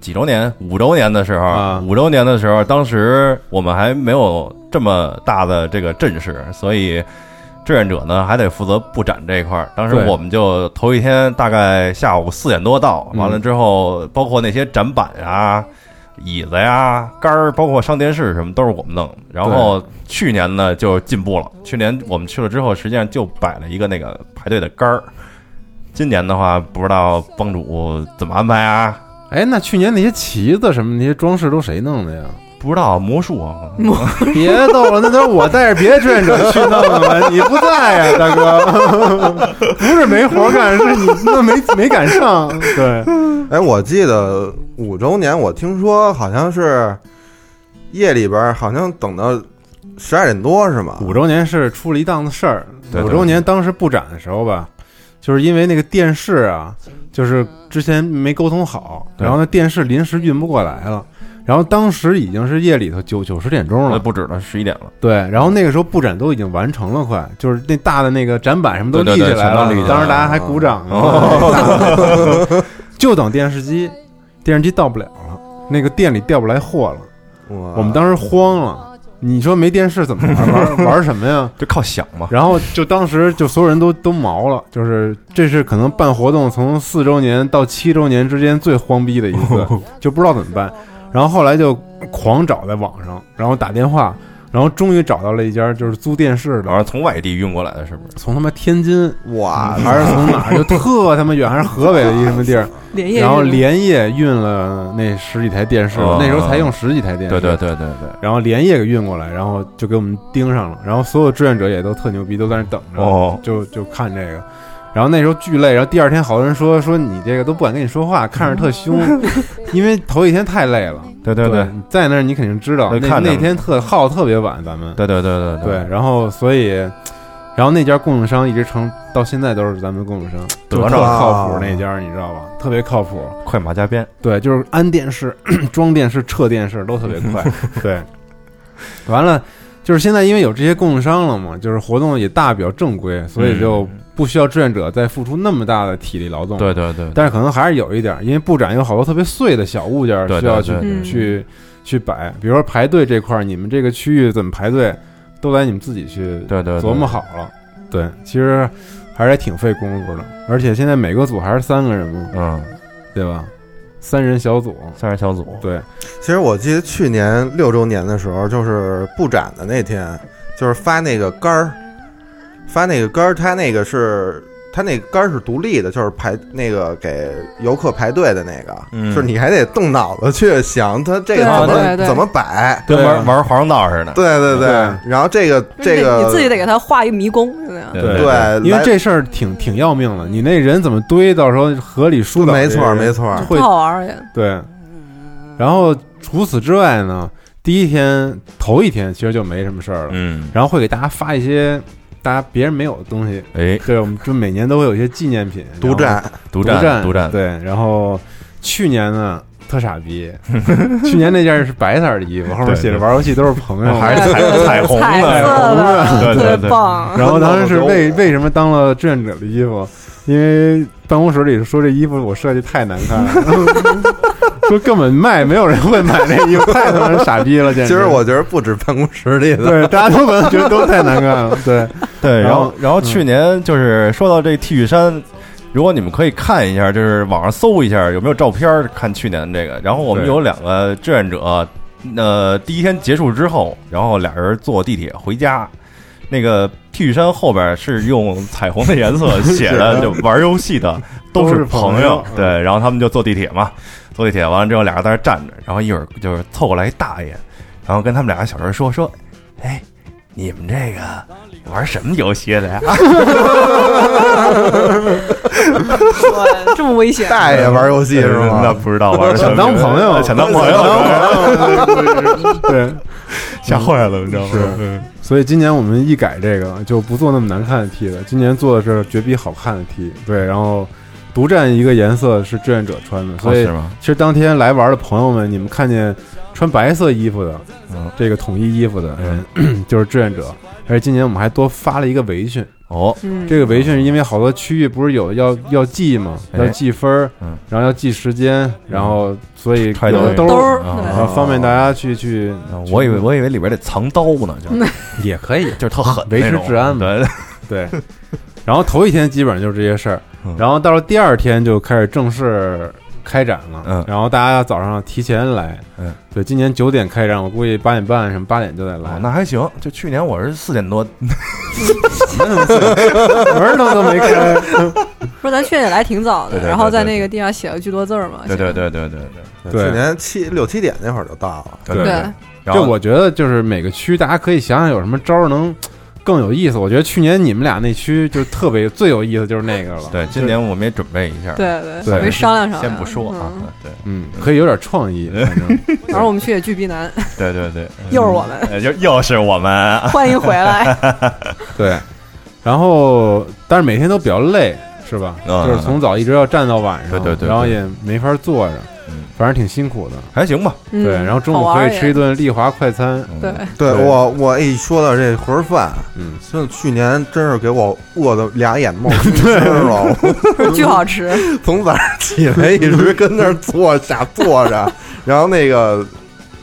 Speaker 8: 几周年、五周年的时候
Speaker 7: 啊，
Speaker 8: 五周年的时候，当时我们还没有这么大的这个阵势，所以志愿者呢还得负责布展这一块儿。当时
Speaker 7: 对
Speaker 8: 我们就头一天大概下午四点多到，
Speaker 7: 嗯
Speaker 8: 完了之后，包括那些展板啊。椅子呀、杆儿，包括上电视什么，都是我们弄。然后去年呢就进步了，去年我们去了之后，实际上就摆了一个那个排队的杆儿，今年的话，不知道帮主怎么安排啊？
Speaker 7: 哎，那去年那些旗子什么那些装饰都谁弄的呀？
Speaker 8: 不知道魔术啊，
Speaker 7: 别逗了，那都是我带着别的志愿者去弄的嘛， 你不在呀、大哥，不是没活干，是你那没没赶上。对，
Speaker 5: 哎，我记得五周年，我听说好像是夜里边儿好像等到十二点多是吗？
Speaker 7: 五周年是出了一档子事儿。
Speaker 8: 对对
Speaker 7: 五周年当时布展的时候吧，就是因为那个电视啊，就是之前没沟通好，
Speaker 8: 对
Speaker 7: 然后那电视临时运不过来了。然后当时已经是夜里头九九十点钟
Speaker 8: 那
Speaker 7: 了，
Speaker 8: 不止了，十一点了。
Speaker 7: 对。然后那个时候布展都已经完成了，快就是那大的那个展板什么都
Speaker 8: 对
Speaker 7: 立
Speaker 8: 对
Speaker 7: 起
Speaker 8: 对
Speaker 7: 来
Speaker 8: 全
Speaker 7: 了
Speaker 8: 都立起，来哦
Speaker 7: 当时大家还鼓掌呢， 就等电视机，电视机到不了了，那个店里调不来货了。
Speaker 5: 哇，
Speaker 7: 我们当时慌了，你说没电视怎么玩玩玩什么呀？
Speaker 8: 就靠想 嘛。
Speaker 7: 然后就当时就所有人都都毛了，就是这是可能办活动从四周年到七周年之间最慌逼的一 次，就不知道怎么办。然后后来就狂找在网上，然后打电话，然后终于找到了一家就是租电视
Speaker 8: 然后
Speaker 7: 的，
Speaker 8: 从外地运过来的，是不是？
Speaker 7: 从他妈天津
Speaker 5: 哇，
Speaker 7: 还是从哪儿就特他妈远，还是河北的一什么地儿，
Speaker 9: 连 夜
Speaker 7: 然后
Speaker 9: 运
Speaker 7: 连夜运了那十几台电视，
Speaker 8: 哦
Speaker 7: 那时候才用十几台电视，
Speaker 8: 对对对对对。
Speaker 7: 然后连夜给运过来，然后就给我们盯上了，然后所有志愿者也都特牛逼，都在那等着，
Speaker 8: 哦
Speaker 7: 就就看这个。然后那时候巨累，然后第二天好多人说说你这个都不敢跟你说话，看着特凶， 因为头一天太累了。
Speaker 8: 对对对
Speaker 7: 你在那儿你肯定知道，
Speaker 8: 对
Speaker 7: 那
Speaker 8: 看着
Speaker 7: 那天特耗特别晚，咱们
Speaker 8: 对对对对
Speaker 7: 对，然后所以，然后那家供应商一直成到现在都是咱们供应商，
Speaker 8: 得
Speaker 7: 就
Speaker 8: 着
Speaker 7: 特
Speaker 8: 了
Speaker 7: 靠谱那家，你知道吧？特别靠谱，
Speaker 8: 快马加鞭，
Speaker 7: 对，就是安电视、 装电视、撤电视都特别 快。对，完了就是现在因为有这些供应商了嘛，就是活动也大比较正规，所
Speaker 8: 嗯
Speaker 7: 以就不需要志愿者再付出那么大的体力劳动。
Speaker 8: 对，对对，
Speaker 7: 嗯但是可能还是有一点儿，因为布展有好多特别碎的小物件儿
Speaker 8: 对
Speaker 7: 需要去
Speaker 8: 对对
Speaker 9: 对
Speaker 7: 去去摆，比如说排队这块儿，你们这个区域怎么排队，都得你们自己去
Speaker 8: 对对
Speaker 7: 琢磨，好了。对，其实还是挺费功夫的，而且现在每个组还是三个人嘛，
Speaker 8: 嗯，
Speaker 7: 对吧？三人小组，
Speaker 8: 三人小组，
Speaker 7: 对，
Speaker 5: 其实我记得去年六周年的时候，就是布展的那天，就是发那个杆儿，发那个杆儿，它那个是它那个杆儿是独立的，就是排那个给游客排队的那个，
Speaker 8: 嗯
Speaker 5: 就是你还得动脑子去想它这个
Speaker 9: 对啊
Speaker 5: 怎么
Speaker 9: 对对
Speaker 5: 怎么摆。
Speaker 8: 跟
Speaker 7: 对啊
Speaker 8: 玩玩黄道似的。
Speaker 5: 对对对，
Speaker 7: 对
Speaker 5: 然后这个
Speaker 9: 就是
Speaker 5: 这
Speaker 9: 你
Speaker 5: 个
Speaker 9: 你自己得给他画一迷宫，就那样。
Speaker 8: 对
Speaker 5: 对，
Speaker 8: 对，
Speaker 7: 因为
Speaker 5: 来
Speaker 7: 这事儿挺挺要命的，你那人怎么堆，到时候合理疏导这
Speaker 5: 没
Speaker 7: 个人，
Speaker 5: 错没错，
Speaker 7: 会
Speaker 9: 特好玩儿也，
Speaker 7: 对。然后除此之外呢，第一天头一天其实就没什么事儿了，
Speaker 8: 嗯，
Speaker 7: 然后会给大家发一些大家别人没有的东西，
Speaker 8: 哎，
Speaker 7: 对，我们就每年都会有一些纪念品，
Speaker 5: 独
Speaker 7: 然后
Speaker 5: 占
Speaker 8: 独
Speaker 7: 独
Speaker 8: 占
Speaker 7: 占
Speaker 8: 独占，
Speaker 7: 对，然后去年呢。特傻 逼，去年那件是白色的衣服，后面
Speaker 8: 对
Speaker 7: 写着“玩游戏都是朋友”，
Speaker 8: 还 是彩彩虹
Speaker 9: 彩色
Speaker 8: 的，
Speaker 9: 的，特
Speaker 8: 对对
Speaker 9: 别
Speaker 8: 对
Speaker 9: 棒。
Speaker 7: 然后当时是为为什么当了志愿者的衣服？因为办公室里说这衣服我设计太难看 了，说根本卖没有人会买那衣服，太他妈傻逼了，简
Speaker 5: 其
Speaker 7: 直。
Speaker 5: 实我觉得不止办公室里的，
Speaker 7: 对大家都可能觉得都太难看了，对
Speaker 8: 对，然
Speaker 7: 然
Speaker 8: 后嗯
Speaker 7: 后
Speaker 8: 然后去年就是说到这 T 恤衫，如果你们可以看一下，就是网上搜一下有没有照片儿，看去年这个。然后我们
Speaker 7: 对
Speaker 8: 有两个志愿者，呃，第一天结束之后，然后俩人坐地铁回家。那个 T 恤衫后边是用彩虹的颜色写 的，就玩游戏的都
Speaker 7: 都
Speaker 8: 是
Speaker 7: 是
Speaker 8: 朋
Speaker 7: 朋
Speaker 8: 友
Speaker 7: 友。嗯
Speaker 8: 对，然后他们就坐地铁嘛，坐地铁完了之后，俩人在那站着，然后一会儿就是凑过来一大爷，然后跟他们俩小人说说，哎，你们这个玩什么游戏 的呀？啊
Speaker 9: 哇这么危险，
Speaker 5: 大爷玩游戏是
Speaker 8: 那
Speaker 5: 吗？
Speaker 8: 不知道玩什么
Speaker 7: 想当朋友
Speaker 8: 想当 朋 友，
Speaker 7: 对。
Speaker 8: 吓坏了，你知道吗？嗯
Speaker 7: 所以今年我们一改这个，就不做那么难看的 T 了，今年做的是绝逼好看的 T。对，然后独占一个颜色是志愿者穿的，所以
Speaker 8: 哦是吗？
Speaker 7: 其实当天来玩的朋友们，你们看见穿白色衣服的，
Speaker 8: 嗯
Speaker 7: 这个统一衣服的人、 就是志愿者。而且今年我们还多发了一个围裙，
Speaker 8: 哦，
Speaker 9: 嗯，
Speaker 7: 这个围裙是因为好多区域不是有要要记吗？
Speaker 8: 哎
Speaker 7: 要记分儿
Speaker 8: 嗯，
Speaker 7: 然后要记时间，然后所以
Speaker 8: 揣
Speaker 7: 有
Speaker 8: 兜
Speaker 7: 的
Speaker 8: 里
Speaker 7: 兜
Speaker 9: 兜
Speaker 7: 儿，
Speaker 9: 儿，
Speaker 8: 啊
Speaker 7: 然
Speaker 9: 对
Speaker 7: 后方便大家去去，
Speaker 8: 嗯我以为我以为里边得藏刀呢，就是
Speaker 7: 也可以，
Speaker 8: 就是 特狠，
Speaker 7: 维持治安嘛
Speaker 8: 对，
Speaker 7: 对，然后头一天基本上就是这些事儿
Speaker 8: 嗯，
Speaker 7: 然后到了第二天就开始正式开展了，
Speaker 8: 嗯
Speaker 7: 然后大家早上提前来，
Speaker 8: 嗯，
Speaker 7: 对，今年九点开展，我估计八点半什么八点就得来，
Speaker 8: 哦，那还行。就去年我是四点多，
Speaker 7: 啊门儿都都没开，
Speaker 9: 说咱去也来挺早的
Speaker 8: 对对，对
Speaker 9: 然后在那个地上写了巨多字儿嘛，
Speaker 8: 对对对对对 对
Speaker 7: 对
Speaker 5: 去年七六七点那会儿就到了。
Speaker 8: 对
Speaker 9: 对，
Speaker 7: 就
Speaker 8: 然后
Speaker 7: 我觉得就是每个区大家可以想想有什么招儿能更有意思，我觉得去年你们俩那区就特别最有意思就是那个了，
Speaker 8: 对今年我们也准备一下，，
Speaker 9: 对
Speaker 7: 对
Speaker 9: 对，没商量商量，
Speaker 8: 先不说啊
Speaker 9: 嗯，
Speaker 8: 对
Speaker 7: 嗯，可以有点创 意，反正
Speaker 9: 然后我们去也巨逼难，
Speaker 8: 对对对，
Speaker 9: 又是我们，
Speaker 8: 呃就又是我们，
Speaker 9: 欢迎回 来，
Speaker 7: 对，然后但是每天都比较累，是吧？
Speaker 8: 嗯
Speaker 7: 就是从早一直要站到晚上，
Speaker 8: 对对对对
Speaker 7: 然后也没法坐着
Speaker 8: 嗯，
Speaker 7: 反正挺辛苦的。
Speaker 8: 还行吧，
Speaker 9: 嗯
Speaker 7: 对，然后中
Speaker 9: 好
Speaker 7: 午
Speaker 9: 玩
Speaker 7: 可
Speaker 9: 儿
Speaker 7: 以吃一
Speaker 9: 也
Speaker 7: 顿丽华快餐，
Speaker 8: 嗯
Speaker 9: 对，
Speaker 5: 对
Speaker 7: 对
Speaker 5: 我，我一说到这盒饭，
Speaker 7: 嗯，
Speaker 5: 真的去年真是给我饿的俩眼冒金星了。
Speaker 9: 巨好吃，
Speaker 8: 啊
Speaker 5: 我从早上起来一直跟那儿坐下坐着，然后那个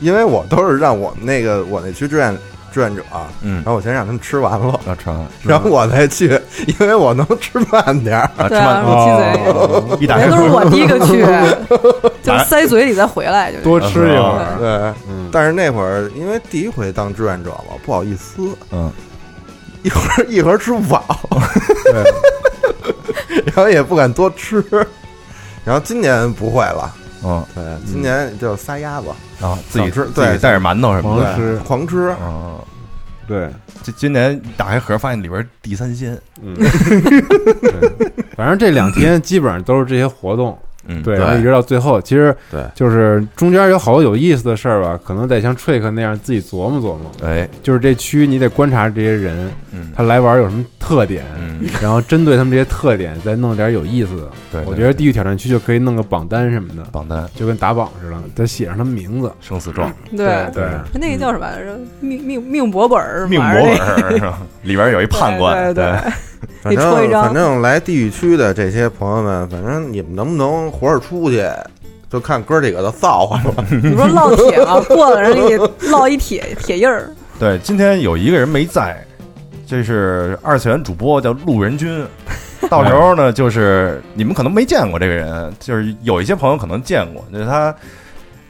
Speaker 5: 因为我都是让我们那个我那区志愿志愿者，啊
Speaker 8: 嗯
Speaker 5: 然后我先让他们吃完了，
Speaker 8: 啊，吃完了，
Speaker 5: 然后我再去，因为我能吃慢点儿。
Speaker 8: 啊，吃
Speaker 9: 对
Speaker 8: 完哦
Speaker 9: 啊，
Speaker 8: 了，
Speaker 9: 我鸡贼。
Speaker 8: 一打
Speaker 9: 人
Speaker 8: 开
Speaker 9: 都是我第一个去，
Speaker 8: 哦
Speaker 9: 就塞嘴里再回来，就是
Speaker 7: 多吃一会
Speaker 8: 啊
Speaker 7: 儿。
Speaker 5: 对，
Speaker 7: 嗯，
Speaker 5: 但是那会儿因为第一回当志愿者嘛，不好意思，
Speaker 8: 嗯，
Speaker 5: 一盒一盒吃不饱，
Speaker 7: 对，
Speaker 5: 然后也不敢多吃。然后今年不会了，
Speaker 8: 嗯，
Speaker 5: 对，今年就仨鸭子，
Speaker 8: 然后自己
Speaker 5: 想吃
Speaker 8: 自己
Speaker 5: 对
Speaker 8: 带着馒头什么
Speaker 7: 狂
Speaker 8: 的，
Speaker 7: 吃，
Speaker 5: 呃狂吃，
Speaker 8: 嗯，
Speaker 7: 对，
Speaker 8: 这今年打开盒发现里边地三鲜，
Speaker 7: 嗯，对反正这两天基本上都是这些活动，
Speaker 8: 嗯，
Speaker 7: 对，
Speaker 8: 对
Speaker 7: 然后一直到最后，其实
Speaker 8: 对
Speaker 7: 就是中间有好多有意思的事儿吧，可能得像 Trick 那样自己琢磨琢磨。
Speaker 8: 哎，
Speaker 7: 就是这区你得观察这些人，
Speaker 8: 嗯
Speaker 7: 他来玩儿有什么特点，
Speaker 8: 嗯，
Speaker 7: 然后针对他们这些特点再弄点有意思的。
Speaker 8: 对，
Speaker 7: 我
Speaker 8: 对
Speaker 7: 觉得
Speaker 8: 对
Speaker 7: 地狱挑战区就可以弄个榜单什么的，
Speaker 8: 榜单
Speaker 7: 就跟打榜似的，得写上他们名字。
Speaker 8: 生死状，
Speaker 9: 对
Speaker 7: 对，
Speaker 9: 那个叫什么来着？命命命博本儿，
Speaker 8: 命
Speaker 9: 玩
Speaker 8: 博
Speaker 9: 儿
Speaker 8: 本
Speaker 9: 那
Speaker 8: 儿是吧里边有一判
Speaker 9: 对
Speaker 8: 官，
Speaker 9: 对对
Speaker 5: 反
Speaker 9: 你抽一
Speaker 5: 正
Speaker 9: 张
Speaker 5: 反正来地狱区的这些朋友们，反正你们能不能活着出去，就看哥几个的造化了。
Speaker 9: 你说烙铁 吗？过了人给你烙一铁铁印儿，
Speaker 8: 对，今天有一个人没在，这是二次元主播叫路人 君。到时候呢，就是你们可能没见过这个人，就是有一些朋友可能见过，就是他，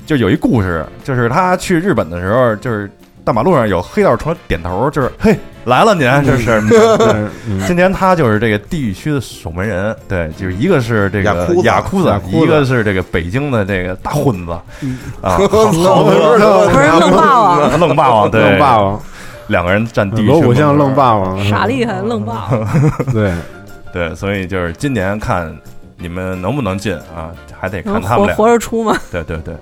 Speaker 8: 就有一故事，就是他去日本的时候，就是大马路上有黑道冲他点头，就是嘿来了您，这是。
Speaker 7: 但嗯，
Speaker 8: 今天他就是这个地狱区的守门人，对，就是一个是这
Speaker 5: 雅
Speaker 8: 个
Speaker 5: 库子
Speaker 8: 雅库子
Speaker 7: 雅，库子
Speaker 8: 一个是这个北京的这个大混子啊， 豪豪哥
Speaker 9: 不 是愣霸王，
Speaker 8: 愣啊霸王，对，
Speaker 7: 愣霸王，
Speaker 8: 两个人占地狱区
Speaker 7: 锣鼓巷
Speaker 8: 门口
Speaker 7: 愣霸王，
Speaker 9: 傻厉害，愣霸
Speaker 8: 嗯
Speaker 9: 王。
Speaker 7: 对，
Speaker 8: 对，所以就是今年看你们能不能进啊，还得看
Speaker 9: 能
Speaker 8: 他们
Speaker 9: 活
Speaker 8: 俩。
Speaker 9: 活着出吗？
Speaker 8: 对对对，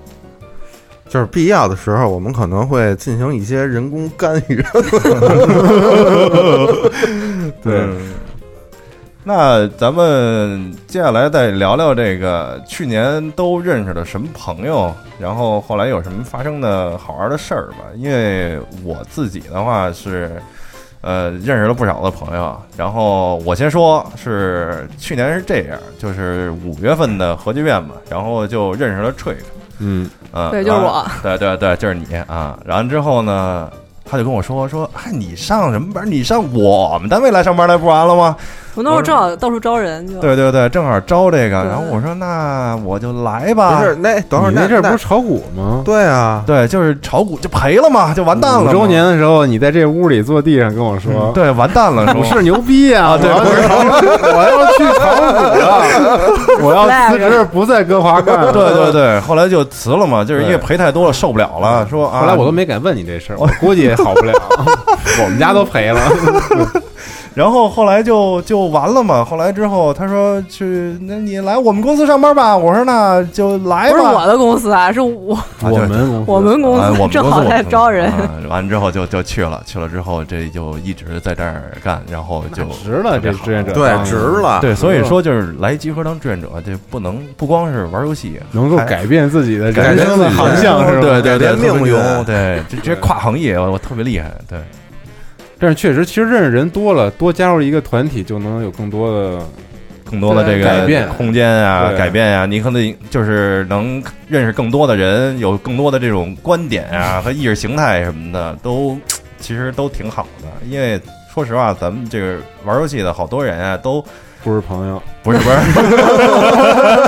Speaker 5: 就是必要的时候，我们可能会进行一些人工干预。
Speaker 7: 对，
Speaker 8: 嗯。那咱们接下来再聊聊这个去年都认识的什么朋友，然后后来有什么发生的好玩的事儿吧。因为我自己的话是，呃，认识了不少的朋友。然后我先说是去年是这样，就是五月份的核聚变嘛，然后就认识了 Trick，
Speaker 7: 嗯，
Speaker 8: 嗯，
Speaker 9: 对就是
Speaker 8: 然后
Speaker 9: 我，
Speaker 8: 对对对，就是你啊。然后之后呢，他就跟我说说，哎，你上什么班？你上我们单位来上班来不完了吗？
Speaker 9: 我那会儿正好到处招人，就
Speaker 8: 对对对，正好招这个。
Speaker 9: 对
Speaker 8: 然后我说那我就来
Speaker 5: 不
Speaker 8: 吧。
Speaker 5: 是，那等会儿
Speaker 7: 你那
Speaker 5: 那
Speaker 7: 阵儿不
Speaker 5: 那
Speaker 7: 是炒股吗？
Speaker 5: 对啊，
Speaker 8: 对，就是炒股就赔了嘛，就完蛋了嘛。
Speaker 7: 五周年的时候，你在这屋里坐地上跟我说，
Speaker 8: 对，完 蛋了，
Speaker 7: 股
Speaker 8: 说
Speaker 7: 市牛逼啊！
Speaker 8: 啊对
Speaker 7: 我要去炒我要去炒股了，我要辞职不在歌华干了。
Speaker 8: 对对对，后来就辞了嘛，就是因为
Speaker 7: 对
Speaker 8: 赔太多了，受不了了，说啊。
Speaker 7: 后来我都没敢问你这事儿，我估计也好不了。我们家都赔了，
Speaker 8: 然后后来就就完了嘛。后来之后他说去，那你来我们公司上班吧。我说那就来
Speaker 9: 不是
Speaker 8: 吧。
Speaker 9: 我的公司啊，是我
Speaker 8: 啊
Speaker 7: 我们
Speaker 9: 我们公
Speaker 8: 啊我
Speaker 9: 司
Speaker 8: 们
Speaker 9: 正
Speaker 8: 公司
Speaker 9: 好
Speaker 8: 我们
Speaker 9: 在
Speaker 8: 公司
Speaker 9: 招人。
Speaker 8: 啊完之后就就去了，去了之后这就一直在这儿干，然后就
Speaker 7: 值了这志愿者，嗯
Speaker 5: 对，值了。
Speaker 8: 对，所以说就是来集合当志愿者，这不能不光是玩游戏，
Speaker 7: 能够
Speaker 8: 还
Speaker 7: 改变自己的
Speaker 8: 哎改
Speaker 7: 人
Speaker 8: 变
Speaker 7: 生的航向是吧？
Speaker 8: 对
Speaker 5: 改
Speaker 8: 对对，
Speaker 5: 变命运
Speaker 8: 特别牛对，这这跨行业我我特别厉害，对
Speaker 7: 但是确实，其实认识人多了，多加入一个团体就能有更多的
Speaker 8: 更多的这个
Speaker 7: 改变
Speaker 8: 空间啊，
Speaker 7: 对
Speaker 8: 改变啊，你可能就是能认识更多的人，有更多的这种观点啊和意识形态什么的，都其实都挺好的。因为说实话，咱们这个玩游戏的好多人啊，都
Speaker 7: 不是朋友。
Speaker 8: 不是不是，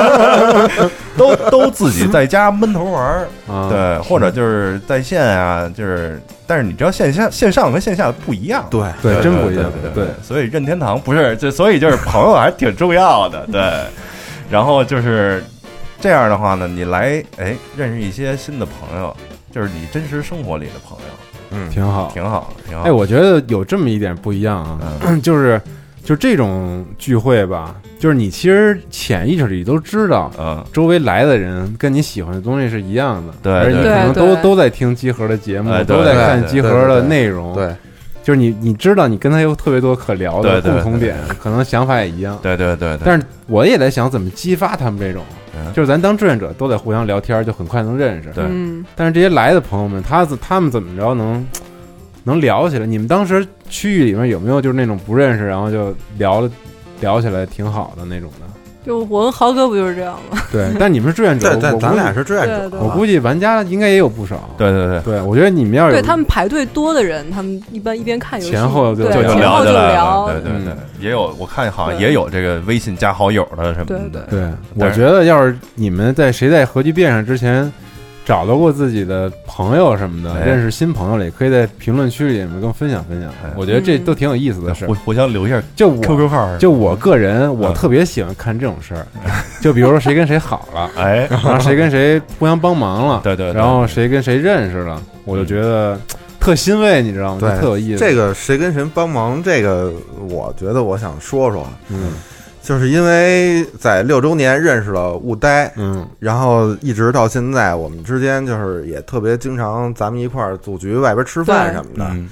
Speaker 8: 都都自己在家闷头玩儿，
Speaker 7: 啊，
Speaker 8: 对，或者就是在线啊，就是，但是你知道线下线上和线下不一样，
Speaker 5: 对，
Speaker 7: 对真不一样。
Speaker 8: 对
Speaker 7: 对，
Speaker 8: 所以任天堂不是，就所以就是朋友还挺重要的，对。然后就是这样的话呢，你来哎认识一些新的朋友，就是你真实生活里的朋友，
Speaker 5: 嗯，
Speaker 7: 挺好。
Speaker 8: 挺好的，挺好的。
Speaker 7: 哎，我觉得有这么一点不一样啊，
Speaker 8: 嗯
Speaker 7: 就是就这种聚会吧，就是你其实潜意识里都知道。
Speaker 8: 嗯，
Speaker 7: 周围来的人跟你喜欢的东西是一样的，
Speaker 8: 对
Speaker 7: 而你可
Speaker 8: 对
Speaker 7: 能都
Speaker 9: 对
Speaker 7: 都在听集合的节目
Speaker 8: 哎，对
Speaker 7: 都在
Speaker 8: 对
Speaker 7: 看
Speaker 8: 对
Speaker 7: 集合
Speaker 5: 对对
Speaker 7: 的
Speaker 5: 对
Speaker 7: 内容，
Speaker 5: 对，
Speaker 7: 就是你你知道你跟他有特别多可聊的
Speaker 8: 对对
Speaker 7: 共同
Speaker 8: 对
Speaker 7: 点，可能想法也一样，
Speaker 8: 对对对对，
Speaker 7: 但是我也在想怎么激发他们这种
Speaker 8: 嗯，
Speaker 7: 就是咱当志愿者都得互相聊天，就很快能认识。
Speaker 8: 对
Speaker 9: 嗯，
Speaker 7: 但是这些来的朋友们，他怎他们怎么着能能聊起来？你们当时区域里面有没有就是那种不认识，然后就聊了聊起来挺好的那种的？
Speaker 9: 就我跟豪哥不就是这样吗？
Speaker 7: 对，但你们是志愿者，
Speaker 5: 但但
Speaker 7: 我
Speaker 5: 咱俩是志愿者，
Speaker 9: 对对
Speaker 7: 我估计玩家应该也有不少。
Speaker 8: 对对对，
Speaker 7: 对，我觉得你们要有
Speaker 9: 对他们排队多的人，他们一般一边看游戏，
Speaker 7: 前后就
Speaker 9: 对
Speaker 7: 就
Speaker 9: 前
Speaker 8: 就
Speaker 9: 后
Speaker 8: 聊
Speaker 9: 就
Speaker 8: 起来了，对对
Speaker 7: 嗯
Speaker 8: 对，也有我看好像
Speaker 9: 对
Speaker 8: 也有这个微信加好友的什么的，
Speaker 9: 对对
Speaker 7: 对，我
Speaker 8: 嗯但是
Speaker 7: 觉得要是你们在谁在核聚变上之前找到过自己的朋友什么的，
Speaker 8: 哎
Speaker 7: 认识新朋友了，也可以在评论区里面跟我分享分享
Speaker 8: 哎。
Speaker 7: 我觉得这
Speaker 9: 嗯
Speaker 7: 都挺有意思的事儿
Speaker 8: 互。互相留一下
Speaker 7: 就我
Speaker 8: QQ 号，
Speaker 7: 就我个人，我
Speaker 8: 嗯
Speaker 7: 特别喜欢看这种事儿，就比如说谁跟谁好 了，
Speaker 8: 哎，
Speaker 7: 然后谁跟谁互相帮忙了，
Speaker 8: 对对对嗯
Speaker 7: 然后谁跟谁认识了，我就觉得特欣慰，你知道吗？
Speaker 5: 对
Speaker 7: 就特有意思。
Speaker 5: 啊这个谁跟谁帮忙，这个我觉得我想说说，
Speaker 7: 嗯
Speaker 5: 就是因为在六周年认识了雾呆，
Speaker 7: 嗯
Speaker 5: 然后一直到现在，我们之间就是也特别经常咱们一块儿组局外边吃饭
Speaker 9: 对
Speaker 5: 什么的，
Speaker 8: 嗯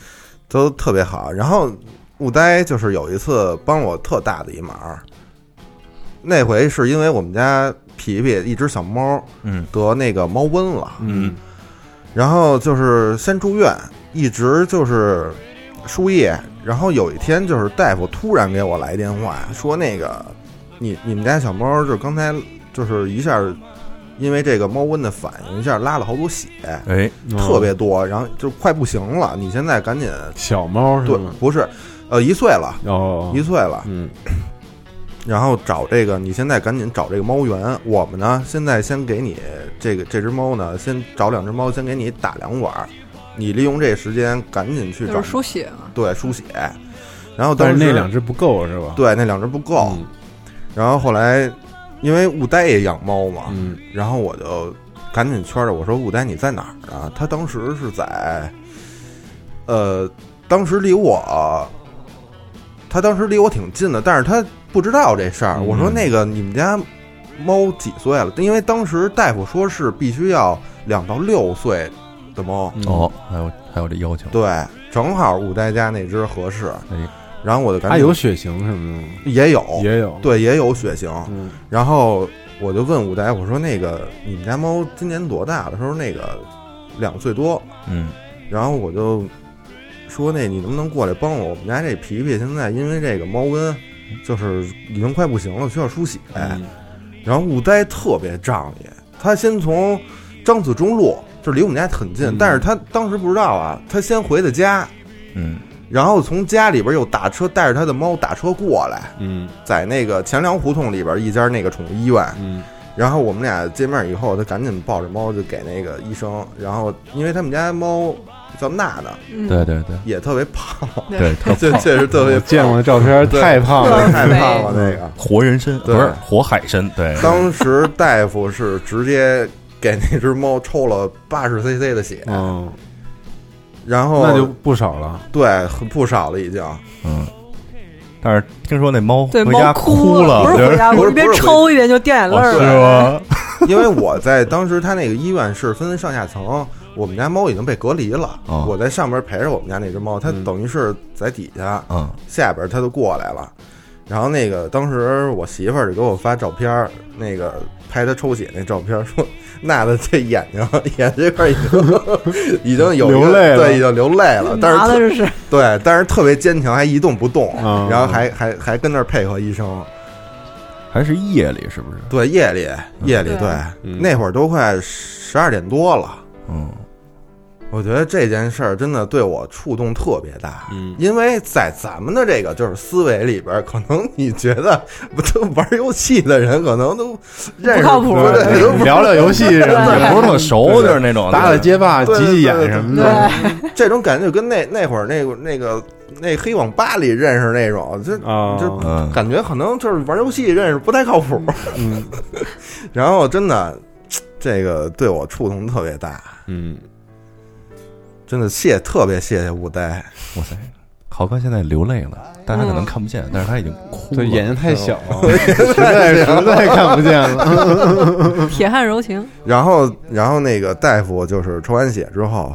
Speaker 5: 都特别好。然后雾呆就是有一次帮我特大的一忙，那回是因为我们家皮皮一只小猫
Speaker 8: 嗯
Speaker 5: 得那个猫瘟了，
Speaker 7: 嗯
Speaker 5: 然后就是先住院，一直就是输液。然后有一天，就是大夫突然给我来电话，说那个你你们家小猫就是刚才就是一下因为这个猫瘟的反应，一下拉了好多血，
Speaker 8: 哎
Speaker 7: 嗯
Speaker 5: 特别多，然后就快不行了。你现在赶紧
Speaker 7: 小猫是
Speaker 5: 对
Speaker 7: 吗？，
Speaker 5: 不是，呃，一岁了，
Speaker 7: 哦，
Speaker 5: 一岁了。
Speaker 7: 嗯
Speaker 5: 然后找这个，你现在赶紧找这个猫源。我们呢，现在先给你这个这只猫呢，先找两只猫，先给你打两碗儿。你利用这时间赶紧去
Speaker 9: 就
Speaker 5: 找
Speaker 9: 是输血嘛。
Speaker 5: 对输血。然后当
Speaker 7: 但
Speaker 5: 时
Speaker 7: 是那两只不够是吧？
Speaker 5: 对那两只不够。
Speaker 7: 嗯
Speaker 5: 然后后来因为雾呆也养猫嘛，
Speaker 7: 嗯
Speaker 5: 然后我就赶紧圈着我说雾呆你在哪儿呢？他当时是在，呃，当时离我，他当时离我挺近的，但是他不知道这事儿。我说
Speaker 7: 嗯
Speaker 5: 那个你们家猫几岁了？因为当时大夫说是必须要两到六岁的猫，
Speaker 7: 嗯
Speaker 8: 哦，还有还有这要求，
Speaker 5: 对，正好雾呆家那只合适
Speaker 8: 哎。
Speaker 5: 然后我就赶
Speaker 7: 它
Speaker 5: 紧
Speaker 7: 有血型什么的吗？
Speaker 5: 也有
Speaker 7: 也有，
Speaker 5: 对也有血型，
Speaker 7: 嗯，
Speaker 5: 然后我就问五代，我说那个你们家猫今年多大了？他说那个两岁多。
Speaker 8: 嗯
Speaker 5: 然后我就说那你能不能过来帮我？我们家这皮皮现在因为这个猫瘟，就是已经快不行了，需要输血。
Speaker 7: 嗯哎
Speaker 5: 然后五代特别仗义，他先从张子中路，就是离我们家很近，
Speaker 7: 嗯
Speaker 5: 但是他当时不知道啊，他先回的家，
Speaker 8: 嗯
Speaker 5: 然后从家里边又打车带着他的猫打车过来，
Speaker 7: 嗯
Speaker 5: 在那个钱粮胡同里边一家那个宠物医院。
Speaker 7: 嗯
Speaker 5: 然后我们俩见面以后，他赶紧抱着猫就给那个医生。然后因为他们家猫叫娜娜，
Speaker 9: 嗯，
Speaker 8: 对对对
Speaker 5: 也特别 胖，
Speaker 8: 对，特
Speaker 5: 这确实特别
Speaker 7: 我见过的照片
Speaker 5: 对
Speaker 7: 太胖了，
Speaker 5: 胖，太胖了那个。
Speaker 8: 活人参不
Speaker 5: 对
Speaker 8: 是活海参，对，
Speaker 5: 当时大夫是直接给那只猫抽了八十 cc 的血，
Speaker 7: 嗯，
Speaker 5: 然后
Speaker 7: 那就不少了。
Speaker 5: 对很不少了 已经。
Speaker 8: 嗯，但是听说那猫
Speaker 9: 对，
Speaker 8: 回
Speaker 9: 猫
Speaker 8: 家
Speaker 9: 哭
Speaker 8: 了，
Speaker 9: 不
Speaker 8: 就是
Speaker 9: 回家，
Speaker 5: 不
Speaker 9: 我
Speaker 5: 是
Speaker 9: 一边
Speaker 5: 不是
Speaker 9: 抽一边就掉眼泪
Speaker 8: 哦
Speaker 9: 儿
Speaker 8: 是
Speaker 9: 了。
Speaker 8: 吗？
Speaker 5: 因为我在当时他那个医院是分上下层，我们家猫已经被隔离了，
Speaker 8: 哦
Speaker 5: 我在上边陪着我们家那只
Speaker 7: 嗯
Speaker 5: 猫，它等于是在底下。
Speaker 9: 啊
Speaker 8: 嗯，
Speaker 5: 下边他就过来了。然后那个当时我媳妇儿就给我发照片儿，那个拍他抽血那照片儿，说娜娜这眼睛眼这块儿已经 已经有一个
Speaker 7: 流泪了
Speaker 5: 对，已经流泪
Speaker 8: 啊
Speaker 5: 了，但
Speaker 9: 嗯拿的
Speaker 5: 是特
Speaker 9: 这是
Speaker 5: 对，但是特别坚强，还一动不动，
Speaker 7: 啊
Speaker 5: 然后还还还跟那儿配合医生。
Speaker 8: 还是夜里是不是？
Speaker 5: 对，夜里夜里
Speaker 9: 对
Speaker 5: 对，
Speaker 7: 嗯
Speaker 5: 那会儿都快十二点多了。
Speaker 8: 嗯，
Speaker 5: 我觉得这件事儿真的对我触动特别大，
Speaker 7: 嗯
Speaker 5: 因为在咱们的这个就是思维里边儿，可能你觉得不都玩游戏的人，可能都认识
Speaker 9: 不靠谱
Speaker 5: 对对都不
Speaker 7: 聊聊游戏什么
Speaker 8: 也
Speaker 7: 的，
Speaker 8: 不是特熟，就是那种
Speaker 7: 打打街霸、挤
Speaker 5: 对
Speaker 7: 挤眼什么
Speaker 9: 对
Speaker 7: 的。
Speaker 5: 这种感觉，跟那那会儿那个那个那黑网吧里认识那种，就
Speaker 7: 啊，
Speaker 5: 就
Speaker 8: 嗯，
Speaker 5: 感觉可能就是玩游戏认识不太靠谱。
Speaker 7: 嗯
Speaker 5: 然后真的，这个对我触动特别大，
Speaker 7: 嗯，
Speaker 5: 真的谢特别谢谢雾呆，
Speaker 8: 哇塞，豪哥现在流泪了，大家可能看不见，但是他已经哭了，
Speaker 7: 对，眼睛太小 了，实在实在看不见了。
Speaker 9: 铁汉柔情，
Speaker 5: 然后，然后那个大夫就是抽完血之后，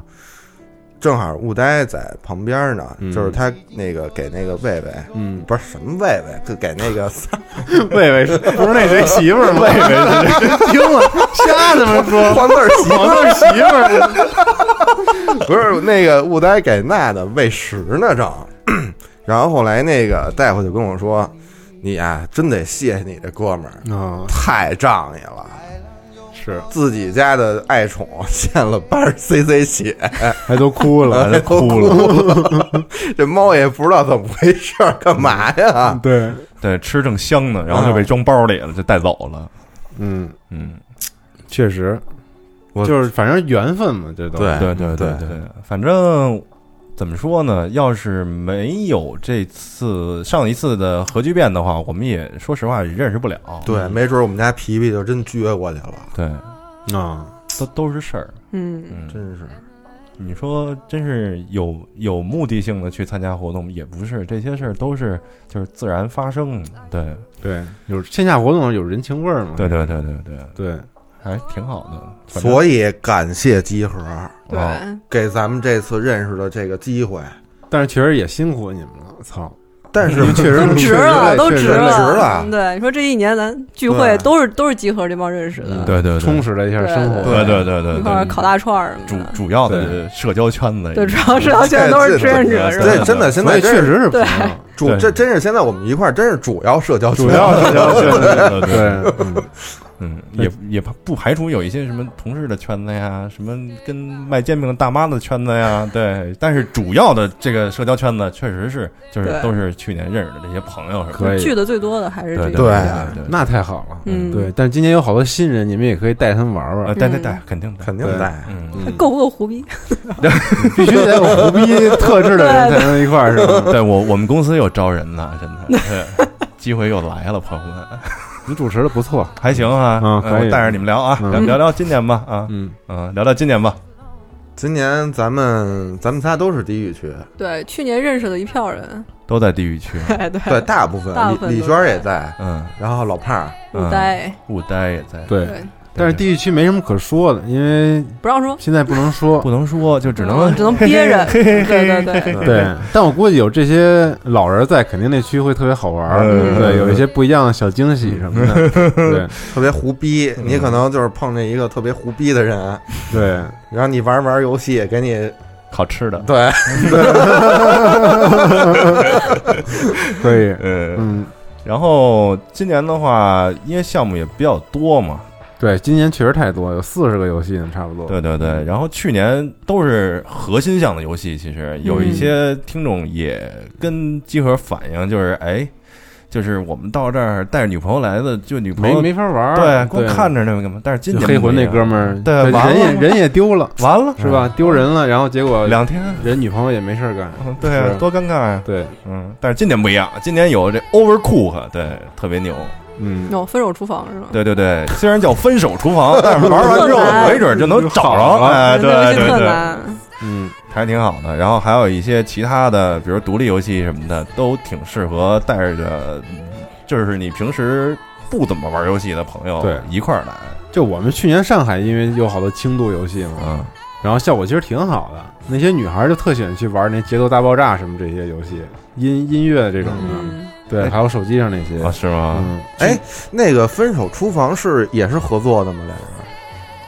Speaker 5: 正好雾呆在旁边呢，
Speaker 7: 嗯
Speaker 5: 就是他那个给那个贝贝，
Speaker 7: 嗯，
Speaker 5: 不是什么贝贝，就给那个
Speaker 7: 魏魏是不是那谁媳妇儿吗？魏 魏听了瞎 他 妈说，
Speaker 5: 黄字儿媳
Speaker 7: 黄豆媳妇儿。
Speaker 5: 不是那个雾呆 给娜的喂食呢正，然后后来那个大夫就跟我说，你呀、真得谢谢你这哥们儿，
Speaker 7: 啊，
Speaker 5: 太仗义了，
Speaker 7: 是，
Speaker 5: 自己家的爱宠献了八十 cc 血，
Speaker 7: 还都哭 了，
Speaker 5: 都
Speaker 7: 还都哭了，
Speaker 5: 了。 这猫也不知道怎么回事儿，干嘛呀？
Speaker 7: 对，
Speaker 8: 对，吃正香呢，然后就被装包里了，就带走了。
Speaker 7: 嗯，
Speaker 8: 嗯，
Speaker 7: 确实，
Speaker 5: 我
Speaker 7: 就是反正缘分嘛，这都
Speaker 5: 对
Speaker 8: 对对对
Speaker 5: 对
Speaker 8: 对，反正怎么说呢？要是没有这次上一次的核聚变的话，我们也说实话也认识不了。
Speaker 5: 对，没准儿我们家皮皮就真撅过去了，
Speaker 8: 对，
Speaker 7: 啊，
Speaker 8: 都都是事儿。
Speaker 9: 嗯，
Speaker 8: 嗯，
Speaker 5: 真是。
Speaker 8: 你说真是有有目的性的去参加活动，也不是这些事儿都是就是自然发生的。对
Speaker 7: 对，有线下活动有人情味儿嘛，
Speaker 8: 对对对对对，
Speaker 7: 对，
Speaker 8: 还挺好的。反正
Speaker 5: 所以感谢集合
Speaker 9: 对，
Speaker 8: 哦
Speaker 5: 给咱们这次认识的这个机会，
Speaker 7: 但是确实也辛苦你们了， 操，
Speaker 5: 但是
Speaker 7: 嗯确实
Speaker 9: 都 值了，都
Speaker 7: 确实
Speaker 9: 值
Speaker 5: 确实值
Speaker 9: 了
Speaker 5: 了。
Speaker 9: 对，你说这一年咱聚会
Speaker 5: 对
Speaker 9: 都是都是集合这帮认识的，
Speaker 8: 嗯对对对，
Speaker 7: 充实了一下生活，
Speaker 8: 对对对对
Speaker 9: 一块儿
Speaker 8: 对，
Speaker 9: 烤大串儿什
Speaker 8: 主
Speaker 9: 么的，
Speaker 8: 主要的社交圈子，
Speaker 9: 对，主要是要全都是志愿者是吧？
Speaker 5: 对，真的现
Speaker 7: 所
Speaker 5: 在
Speaker 7: 以确
Speaker 5: 真是
Speaker 7: 实是朋
Speaker 9: 对
Speaker 7: 友，
Speaker 5: 主，
Speaker 8: 对
Speaker 5: 这真是现在我们一块儿真是主要社交 圈
Speaker 7: 主 要
Speaker 8: 社交圈子，对对，
Speaker 7: 对， 嗯
Speaker 8: 嗯，也也不排除有一些什么同事的圈子呀，什么跟卖煎饼的大妈的圈子呀，对，但是主要的这个社交圈子确实是就是
Speaker 9: 对
Speaker 8: 都是去年认识的这些朋友什么的，
Speaker 7: 可以
Speaker 9: 聚的最多的还是这
Speaker 8: 对
Speaker 9: 个，
Speaker 8: 对
Speaker 5: 对
Speaker 8: 对，
Speaker 7: 那太好了，
Speaker 9: 嗯，
Speaker 7: 对，但今年有好多新人，你们也可以带他们玩
Speaker 8: 呃，
Speaker 7: 玩，
Speaker 8: 对对对，肯定的，
Speaker 5: 肯定在。
Speaker 8: 嗯，
Speaker 7: 嗯
Speaker 9: 够不够胡逼？
Speaker 7: 哎必须得有胡逼 特质的人才能一块儿，是 吧？
Speaker 8: 对我我们公司又招人呢，真 的，对机会又来了，朋友们，
Speaker 7: 你主持的不错，
Speaker 8: 还行啊，
Speaker 7: 嗯
Speaker 8: 呃
Speaker 7: 可以
Speaker 8: 我带着你们聊啊，
Speaker 7: 嗯
Speaker 8: 聊聊聊今年吧，啊，
Speaker 7: 嗯，
Speaker 8: 嗯，聊聊今年吧，
Speaker 5: 今年咱们咱们仨都是地狱区，
Speaker 9: 对，去年认识的一票人，
Speaker 8: 都在地狱区，
Speaker 9: 对对
Speaker 5: 对，大部分
Speaker 9: 大部分
Speaker 5: 李
Speaker 9: 都
Speaker 5: 李娟儿也在，
Speaker 8: 嗯，
Speaker 5: 然后老胖儿
Speaker 9: 五代
Speaker 8: 雾呆也在，
Speaker 7: 对。
Speaker 9: 对
Speaker 7: 但是地狱区没什么可说的，因为
Speaker 9: 不让说，
Speaker 7: 现在不能说
Speaker 8: 不。能说，就只能
Speaker 9: 嗯只能憋着，对对对，
Speaker 7: 对，但我估计有这些老人在，肯定那区会特别好玩儿。
Speaker 8: 嗯
Speaker 7: 对，有一些不一样的小惊喜什么的。对
Speaker 5: 特别胡逼，
Speaker 8: 嗯
Speaker 5: 你可能就是碰见一个特别胡逼的人，
Speaker 7: 对，
Speaker 5: 然后你玩玩游戏，给你
Speaker 8: 烤吃的，
Speaker 5: 对，
Speaker 7: 可以。
Speaker 8: 嗯，
Speaker 7: 嗯，
Speaker 8: 然后今年的话，因为项目也比较多嘛，
Speaker 7: 对，今年确实太多，有四十个游戏呢，差不多。
Speaker 8: 对对
Speaker 7: 嗯
Speaker 8: 对，然后去年都是核心项的游戏，其实
Speaker 7: 嗯
Speaker 8: 有一些听众也跟集合反映，就是哎，就是我们到这儿带着女朋友来的，就女朋
Speaker 7: 没
Speaker 8: 友
Speaker 7: 没法玩儿。
Speaker 8: 对，
Speaker 7: 对，
Speaker 8: 光看着那个嘛，但是今
Speaker 7: 就
Speaker 8: 年
Speaker 7: 黑魂那
Speaker 8: 不一
Speaker 7: 哥
Speaker 8: 样
Speaker 7: 们儿，
Speaker 8: 对完了
Speaker 7: 人也
Speaker 8: 嘛
Speaker 7: 人也丢了，
Speaker 8: 完了
Speaker 7: 是吧？？丢人了，然后结果
Speaker 8: 嗯两天，
Speaker 7: 人女朋友也没事儿干。
Speaker 8: 嗯对啊
Speaker 7: 是，
Speaker 8: 多尴尬呀！
Speaker 7: 对，
Speaker 8: 嗯，但是今年不一样，今年有这 Overcook，对，特别牛。
Speaker 7: 嗯，
Speaker 9: 有分手厨房是吧？
Speaker 8: 对对对，虽然叫分手厨房，但是玩 完之后没准就能找
Speaker 7: 好
Speaker 8: 着。
Speaker 7: 啊
Speaker 8: 哎，对
Speaker 9: 那游戏
Speaker 8: 对
Speaker 9: 特
Speaker 8: 对，
Speaker 9: 难，
Speaker 7: 嗯，
Speaker 8: 还挺好的。然后还有一些其他的，比如独立游戏什么的，都挺适合带着，嗯就是你平时不怎么玩游戏的朋友
Speaker 7: 对
Speaker 8: 一块儿来。
Speaker 7: 就我们去年上海，因为有好多轻度游戏嘛，
Speaker 8: 嗯，
Speaker 7: 然后效果其实挺好的。那些女孩儿就特喜欢去玩那《节奏大爆炸》什么这些游戏，音音乐这种的，
Speaker 9: 嗯，
Speaker 7: 对，还有手机上那些
Speaker 8: 啊，。
Speaker 5: 哦
Speaker 8: 是吗？
Speaker 7: 嗯，
Speaker 5: 哎，那个分手厨房是也是合作的吗？俩人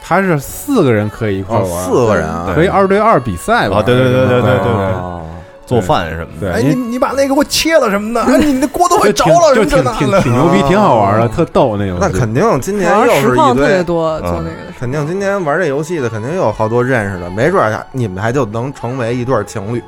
Speaker 7: 它是四个人可以一块儿
Speaker 5: 哦，
Speaker 7: 玩，
Speaker 5: 四个人哦啊，
Speaker 8: 对
Speaker 7: 可以二对二比赛嗯吧？
Speaker 8: 啊对对对对对对
Speaker 5: 哦
Speaker 8: 做饭什么
Speaker 7: 对
Speaker 8: 的。哎
Speaker 7: 因为
Speaker 8: 你把那个给我切了什么的，哎，你那锅都
Speaker 7: 就挺就挺挺挺牛逼，
Speaker 5: 哦
Speaker 7: 挺好玩的，特逗那游戏。
Speaker 5: 那肯定今年
Speaker 9: 好
Speaker 5: 又
Speaker 9: 像
Speaker 5: 是
Speaker 9: 实
Speaker 5: 一
Speaker 9: 况特别
Speaker 5: 堆，
Speaker 9: 多，
Speaker 8: 嗯
Speaker 9: 做那个的时
Speaker 5: 肯定今年玩这游戏的肯定有好多认识的，没准儿啊你们还就能成为一对儿情侣。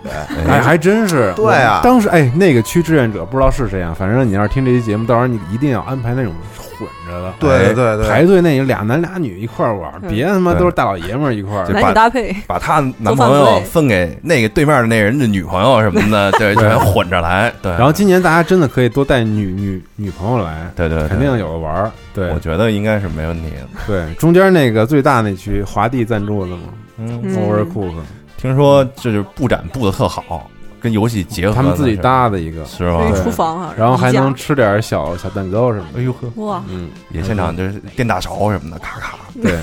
Speaker 7: 哎，还真是。
Speaker 5: 对啊
Speaker 7: 我当时哎，那个区志愿者不知道是谁啊，反正你要是听这期节目，到时候你一定要安排那种混着的。
Speaker 5: 对对对，
Speaker 7: 排队那俩男俩女一块儿玩，
Speaker 9: 嗯
Speaker 7: 别他妈
Speaker 8: 对
Speaker 7: 都是大老爷们儿一块儿
Speaker 9: 候，
Speaker 8: 就。
Speaker 9: 男
Speaker 8: 把
Speaker 9: 女搭配，
Speaker 8: 把她男朋友分给那个对面的那人的女朋友什么 的，对，全混着来。对，
Speaker 7: 然后今年大家真的可以多带女女女朋友来，
Speaker 8: 对对对
Speaker 7: 肯定有的玩儿。对
Speaker 8: 我觉得应该是没问题的。
Speaker 7: 对，中间那个最大那区，华帝赞助的嘛
Speaker 8: 嗯，
Speaker 9: 嗯
Speaker 7: ，Overcook，
Speaker 8: 听说这就是布展布的特好，跟游戏结合，
Speaker 7: 他们自己搭的一个，
Speaker 8: 是
Speaker 9: 有一
Speaker 8: 吗？
Speaker 7: 对
Speaker 9: 厨房好像，
Speaker 7: 然后还
Speaker 9: 一家
Speaker 7: 能吃点小小蛋糕什么的。
Speaker 8: 哎呦呵，
Speaker 9: 哇，
Speaker 7: 嗯，
Speaker 8: 也现场就是电大勺什么的，咔咔，
Speaker 7: 对，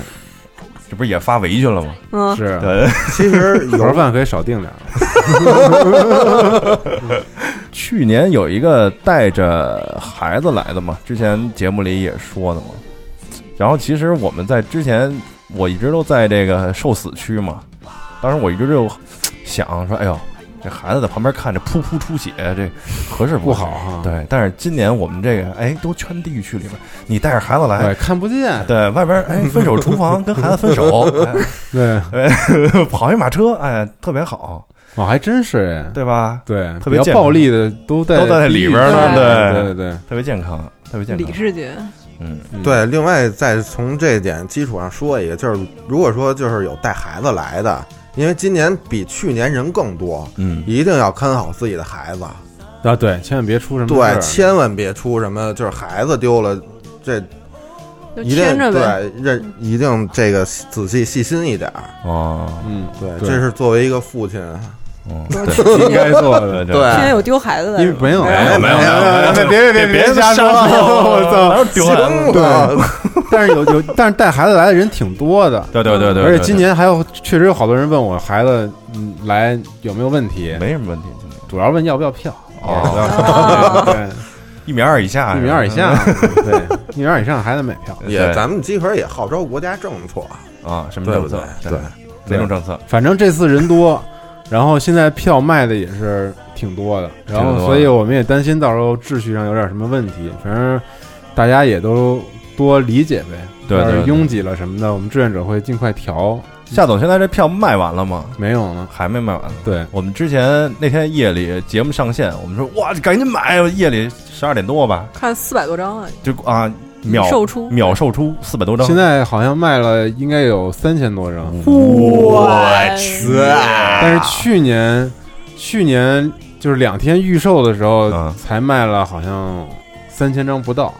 Speaker 8: 这不是也发围去了吗？
Speaker 9: 嗯，
Speaker 7: 是
Speaker 8: 对，
Speaker 5: 其实
Speaker 8: 嗯
Speaker 7: 盒
Speaker 5: 有
Speaker 7: 饭可以少订点儿。
Speaker 8: 去年有一个带着孩子来的嘛，之前节目里也说的嘛。然后其实我们在之前，我一直都在这个受死区嘛，当时我一直就想说，哎呦，这孩子在旁边看着噗噗出血，这合适
Speaker 7: 不
Speaker 8: 好
Speaker 7: 好哈
Speaker 8: 对，但是今年我们这个哎都圈地区里面，你带着孩子
Speaker 7: 对，
Speaker 8: 来，
Speaker 7: 看不见，
Speaker 8: 对外边哎分手厨房跟孩子分手，
Speaker 7: 对，
Speaker 8: 哎，跑一马车，哎特别好，
Speaker 7: 哦，还真是哎，
Speaker 8: 对吧？
Speaker 7: 对，
Speaker 8: 特
Speaker 7: 比
Speaker 8: 别
Speaker 7: 较
Speaker 8: 健
Speaker 7: 暴力的都在
Speaker 8: 都在里边
Speaker 9: 呢
Speaker 7: 对
Speaker 8: 对
Speaker 7: 对对，
Speaker 8: 特别健康，特别健
Speaker 9: 李
Speaker 8: 康，
Speaker 9: 世杰，
Speaker 8: 嗯，
Speaker 5: 对，另外再从这点基础上说一个，就是如果说就是有带孩子来的，因为今年比去年人更多，
Speaker 8: 嗯
Speaker 5: 一定要看好自己的孩子，
Speaker 7: 对啊对，千万别出什么
Speaker 5: 对，
Speaker 7: 事
Speaker 5: 千万别出什么就是孩子丢了，这
Speaker 9: 就
Speaker 5: 一
Speaker 9: 牵
Speaker 5: 定
Speaker 9: 着呗。
Speaker 5: 对认一定这个仔细细心一点儿，
Speaker 8: 哦
Speaker 7: 儿，，嗯，
Speaker 5: 对，
Speaker 7: 对
Speaker 5: 这是作为一个父亲，
Speaker 8: 嗯，
Speaker 9: 都
Speaker 8: 对
Speaker 9: 是去
Speaker 7: 应
Speaker 9: 年
Speaker 7: 该做
Speaker 8: 对
Speaker 7: 的，
Speaker 8: 对，
Speaker 9: 去年有丢孩子的
Speaker 7: 因为
Speaker 9: 是
Speaker 8: 哎
Speaker 9: 吧，
Speaker 7: 没有
Speaker 8: 没有没有没有，
Speaker 7: 别别别别瞎说，我操！
Speaker 8: 操，丢人了，
Speaker 5: 行了，
Speaker 7: 但是有 有，但是带孩子来的人挺多的，
Speaker 8: 对对对对，
Speaker 7: 而且今年还有确实有好多人问我孩子嗯来有没有问题，
Speaker 8: 没什么问题，今年
Speaker 7: 主要问要不要票，
Speaker 8: 哦哎
Speaker 7: 对对，
Speaker 8: 一米二以下，
Speaker 7: 一米二以下，对，一米二以上还得买票。
Speaker 8: 对，
Speaker 5: 也咱们集合也号召国家政策，
Speaker 8: 啊，什么
Speaker 5: 对不
Speaker 8: 政
Speaker 5: 对
Speaker 8: 策？？
Speaker 5: 对，
Speaker 8: 哪种政策？
Speaker 7: 反正这次人多，然后现在票卖的也是挺多的，然
Speaker 8: 挺多的
Speaker 7: 后所以我们也担心到时候秩序上有点什么问题，反正大家也都多理解呗。
Speaker 8: 对对
Speaker 7: 要是
Speaker 8: 对
Speaker 7: 拥挤了什么的，我们志愿者会尽快调。
Speaker 8: 夏总，现在这票卖完了吗？
Speaker 7: 没有呢，
Speaker 8: 还没卖完。
Speaker 7: 对，
Speaker 8: 我们之前那天夜里节目上线，我们说哇，赶紧买！夜里十二点多吧，
Speaker 9: 看四百多张啊，
Speaker 8: 就啊秒
Speaker 9: 售出
Speaker 8: 秒售出四百多张。
Speaker 7: 现在好像卖了应该有三千多张，
Speaker 8: 嗯
Speaker 9: 我去，
Speaker 7: 但是去年去年就是两天预售的时候
Speaker 8: 嗯
Speaker 7: 才卖了好像三千张不到。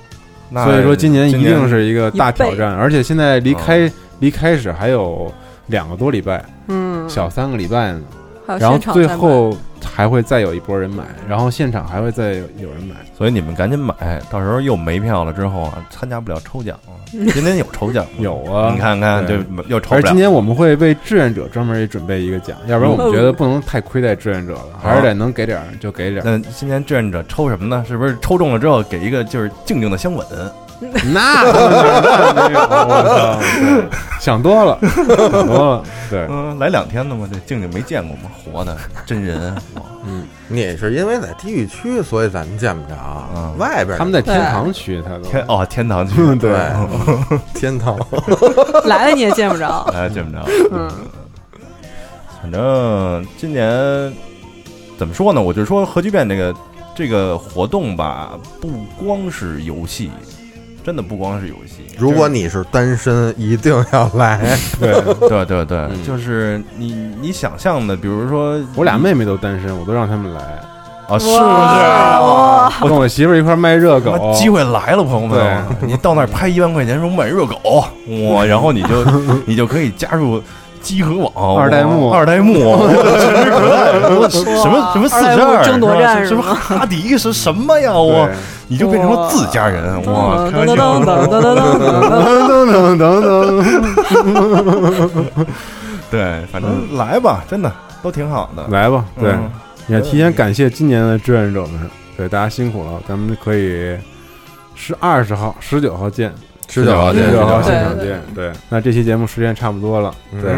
Speaker 8: 那
Speaker 7: 所以说今年一定是一个大
Speaker 9: 一
Speaker 7: 挑
Speaker 9: 倍
Speaker 7: 战，而且现在离
Speaker 8: 嗯
Speaker 7: 开、离开始还有两个多礼拜，
Speaker 9: 嗯，
Speaker 7: 小三个礼拜呢。
Speaker 9: 还有
Speaker 7: 然后
Speaker 9: 现场
Speaker 7: 最
Speaker 9: 在卖
Speaker 7: 后还会再有一波人买，然后现场还会再有人买。
Speaker 8: 所以你们赶紧买，到时候又没票了之后啊，参加不了 抽奖了。今年有抽奖吗？
Speaker 7: 有啊
Speaker 8: 嗯你看看这
Speaker 7: 对
Speaker 8: 又抽
Speaker 7: 而
Speaker 8: 不
Speaker 7: 今
Speaker 8: 了。
Speaker 7: 年我们会为志愿者专门也准备一个奖，要不然我
Speaker 8: 嗯
Speaker 7: 们觉得不能太亏待志愿者了，还是得能给点儿就给点儿。
Speaker 8: 那今年志愿者抽什么呢？是不是抽中了之后给一个就是静静的香吻？
Speaker 7: 那那没有我操对想多了，想多了。对，
Speaker 8: 嗯，来两天了吗？这静静没见过吗？活的 真人，啊哇
Speaker 5: 你是因为在地狱区，所以咱们见不着
Speaker 8: 嗯，
Speaker 5: 外边
Speaker 7: 他们在天堂区，他都
Speaker 8: 天哦，天堂去，，
Speaker 5: 对天堂，
Speaker 9: 来了你也见不着
Speaker 8: 哎，见不着。
Speaker 9: 嗯，
Speaker 8: 反正今年怎么说呢？我就说核聚变这个这个活动吧，不光是游戏，真的不光是游戏。
Speaker 5: 如果你是单身，一定要来。
Speaker 7: 对。
Speaker 8: 对对对，
Speaker 5: 嗯
Speaker 8: 就是你你想象的，比如说
Speaker 7: 我俩妹妹都单身，我都让他们来。
Speaker 8: 啊， 是不
Speaker 7: 我跟我媳妇儿一块儿卖热
Speaker 8: 是？他
Speaker 7: 狗
Speaker 8: 妈，机会来了，朋友们！啊你到那儿拍一万块钱，说买热狗，哇，然后你就你就可以加入。集合网
Speaker 7: 二代目
Speaker 8: 二代目，全是可爱，什么什么四十
Speaker 9: 二代
Speaker 8: 二，
Speaker 9: 目争夺
Speaker 8: 是吧
Speaker 9: 战
Speaker 8: 什
Speaker 9: 是
Speaker 8: 么
Speaker 9: 吗
Speaker 8: 哈迪是什么 呀？我
Speaker 7: 对
Speaker 8: 你就变成了自家人，哇！开玩笑
Speaker 9: 噔噔噔噔噔噔噔噔
Speaker 7: 等等等
Speaker 8: 嗯
Speaker 7: 等，
Speaker 8: 对，反正来吧，真的都挺好的。
Speaker 7: 来吧，对，
Speaker 8: 嗯
Speaker 7: 也提前感谢今年的志愿者们，对大家辛苦了，咱们可以是二十号、十九号见，
Speaker 5: 十九号见
Speaker 7: 十九号
Speaker 9: 对
Speaker 7: 现场
Speaker 9: 对
Speaker 7: 见，对，那这期节目时间差不多了，对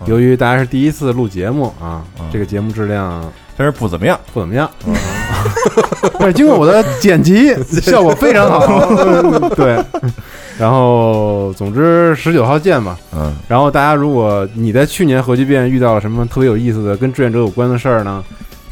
Speaker 5: 嗯，
Speaker 7: 由于大家是第一次录节目啊
Speaker 8: 嗯，
Speaker 7: 这个节目质量
Speaker 8: 真是不怎么样，
Speaker 7: 不怎 么样，但是经过我的剪辑，效果非常好，对，然后总之十九号见吧。
Speaker 8: 嗯，
Speaker 7: 然后大家，如果你在去年核聚变遇到了什么特别有意思的跟志愿者有关的事儿呢，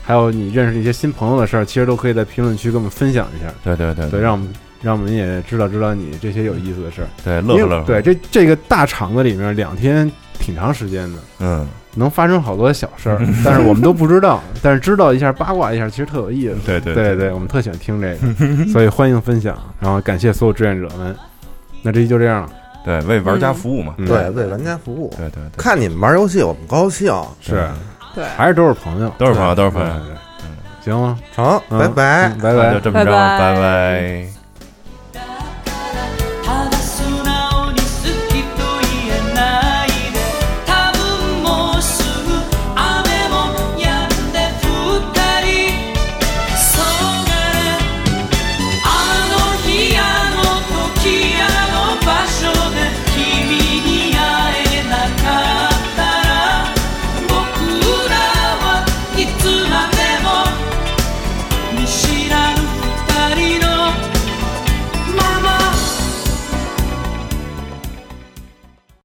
Speaker 7: 还有你认识一些新朋友的事儿，其实都可以在评论区跟我们分享一下，
Speaker 8: 对对对
Speaker 7: 对，让我们让我们也知道知道你这些有意思的事儿。
Speaker 8: 对乐
Speaker 7: 因
Speaker 8: 呵
Speaker 7: 为
Speaker 8: 乐呵，
Speaker 7: 对，，这这个大厂子里面两天挺长时间的，
Speaker 8: 嗯，
Speaker 7: 能发生好多小事儿，但是我们都不知道，但是知道一下八卦一下，其实特有意思。
Speaker 8: 对对
Speaker 7: 对对，我们特喜欢听这 个，所以欢迎分享，然后感谢所有志愿者们。那这期就这样了，
Speaker 8: 对，为玩家服务嘛，
Speaker 7: 嗯
Speaker 5: 对，为玩家服务。
Speaker 8: 对对对，
Speaker 5: 看你们玩游戏，我们高兴。
Speaker 7: 是
Speaker 9: 对，
Speaker 7: 还是都是朋友，
Speaker 8: 嗯都是朋友，都是朋
Speaker 7: 对
Speaker 8: 友，
Speaker 7: 对对行吗？
Speaker 5: 成，
Speaker 7: 嗯
Speaker 5: 拜拜。
Speaker 7: 拜
Speaker 8: 那
Speaker 7: 拜
Speaker 8: 就。这么着，
Speaker 9: 拜拜
Speaker 8: 拜拜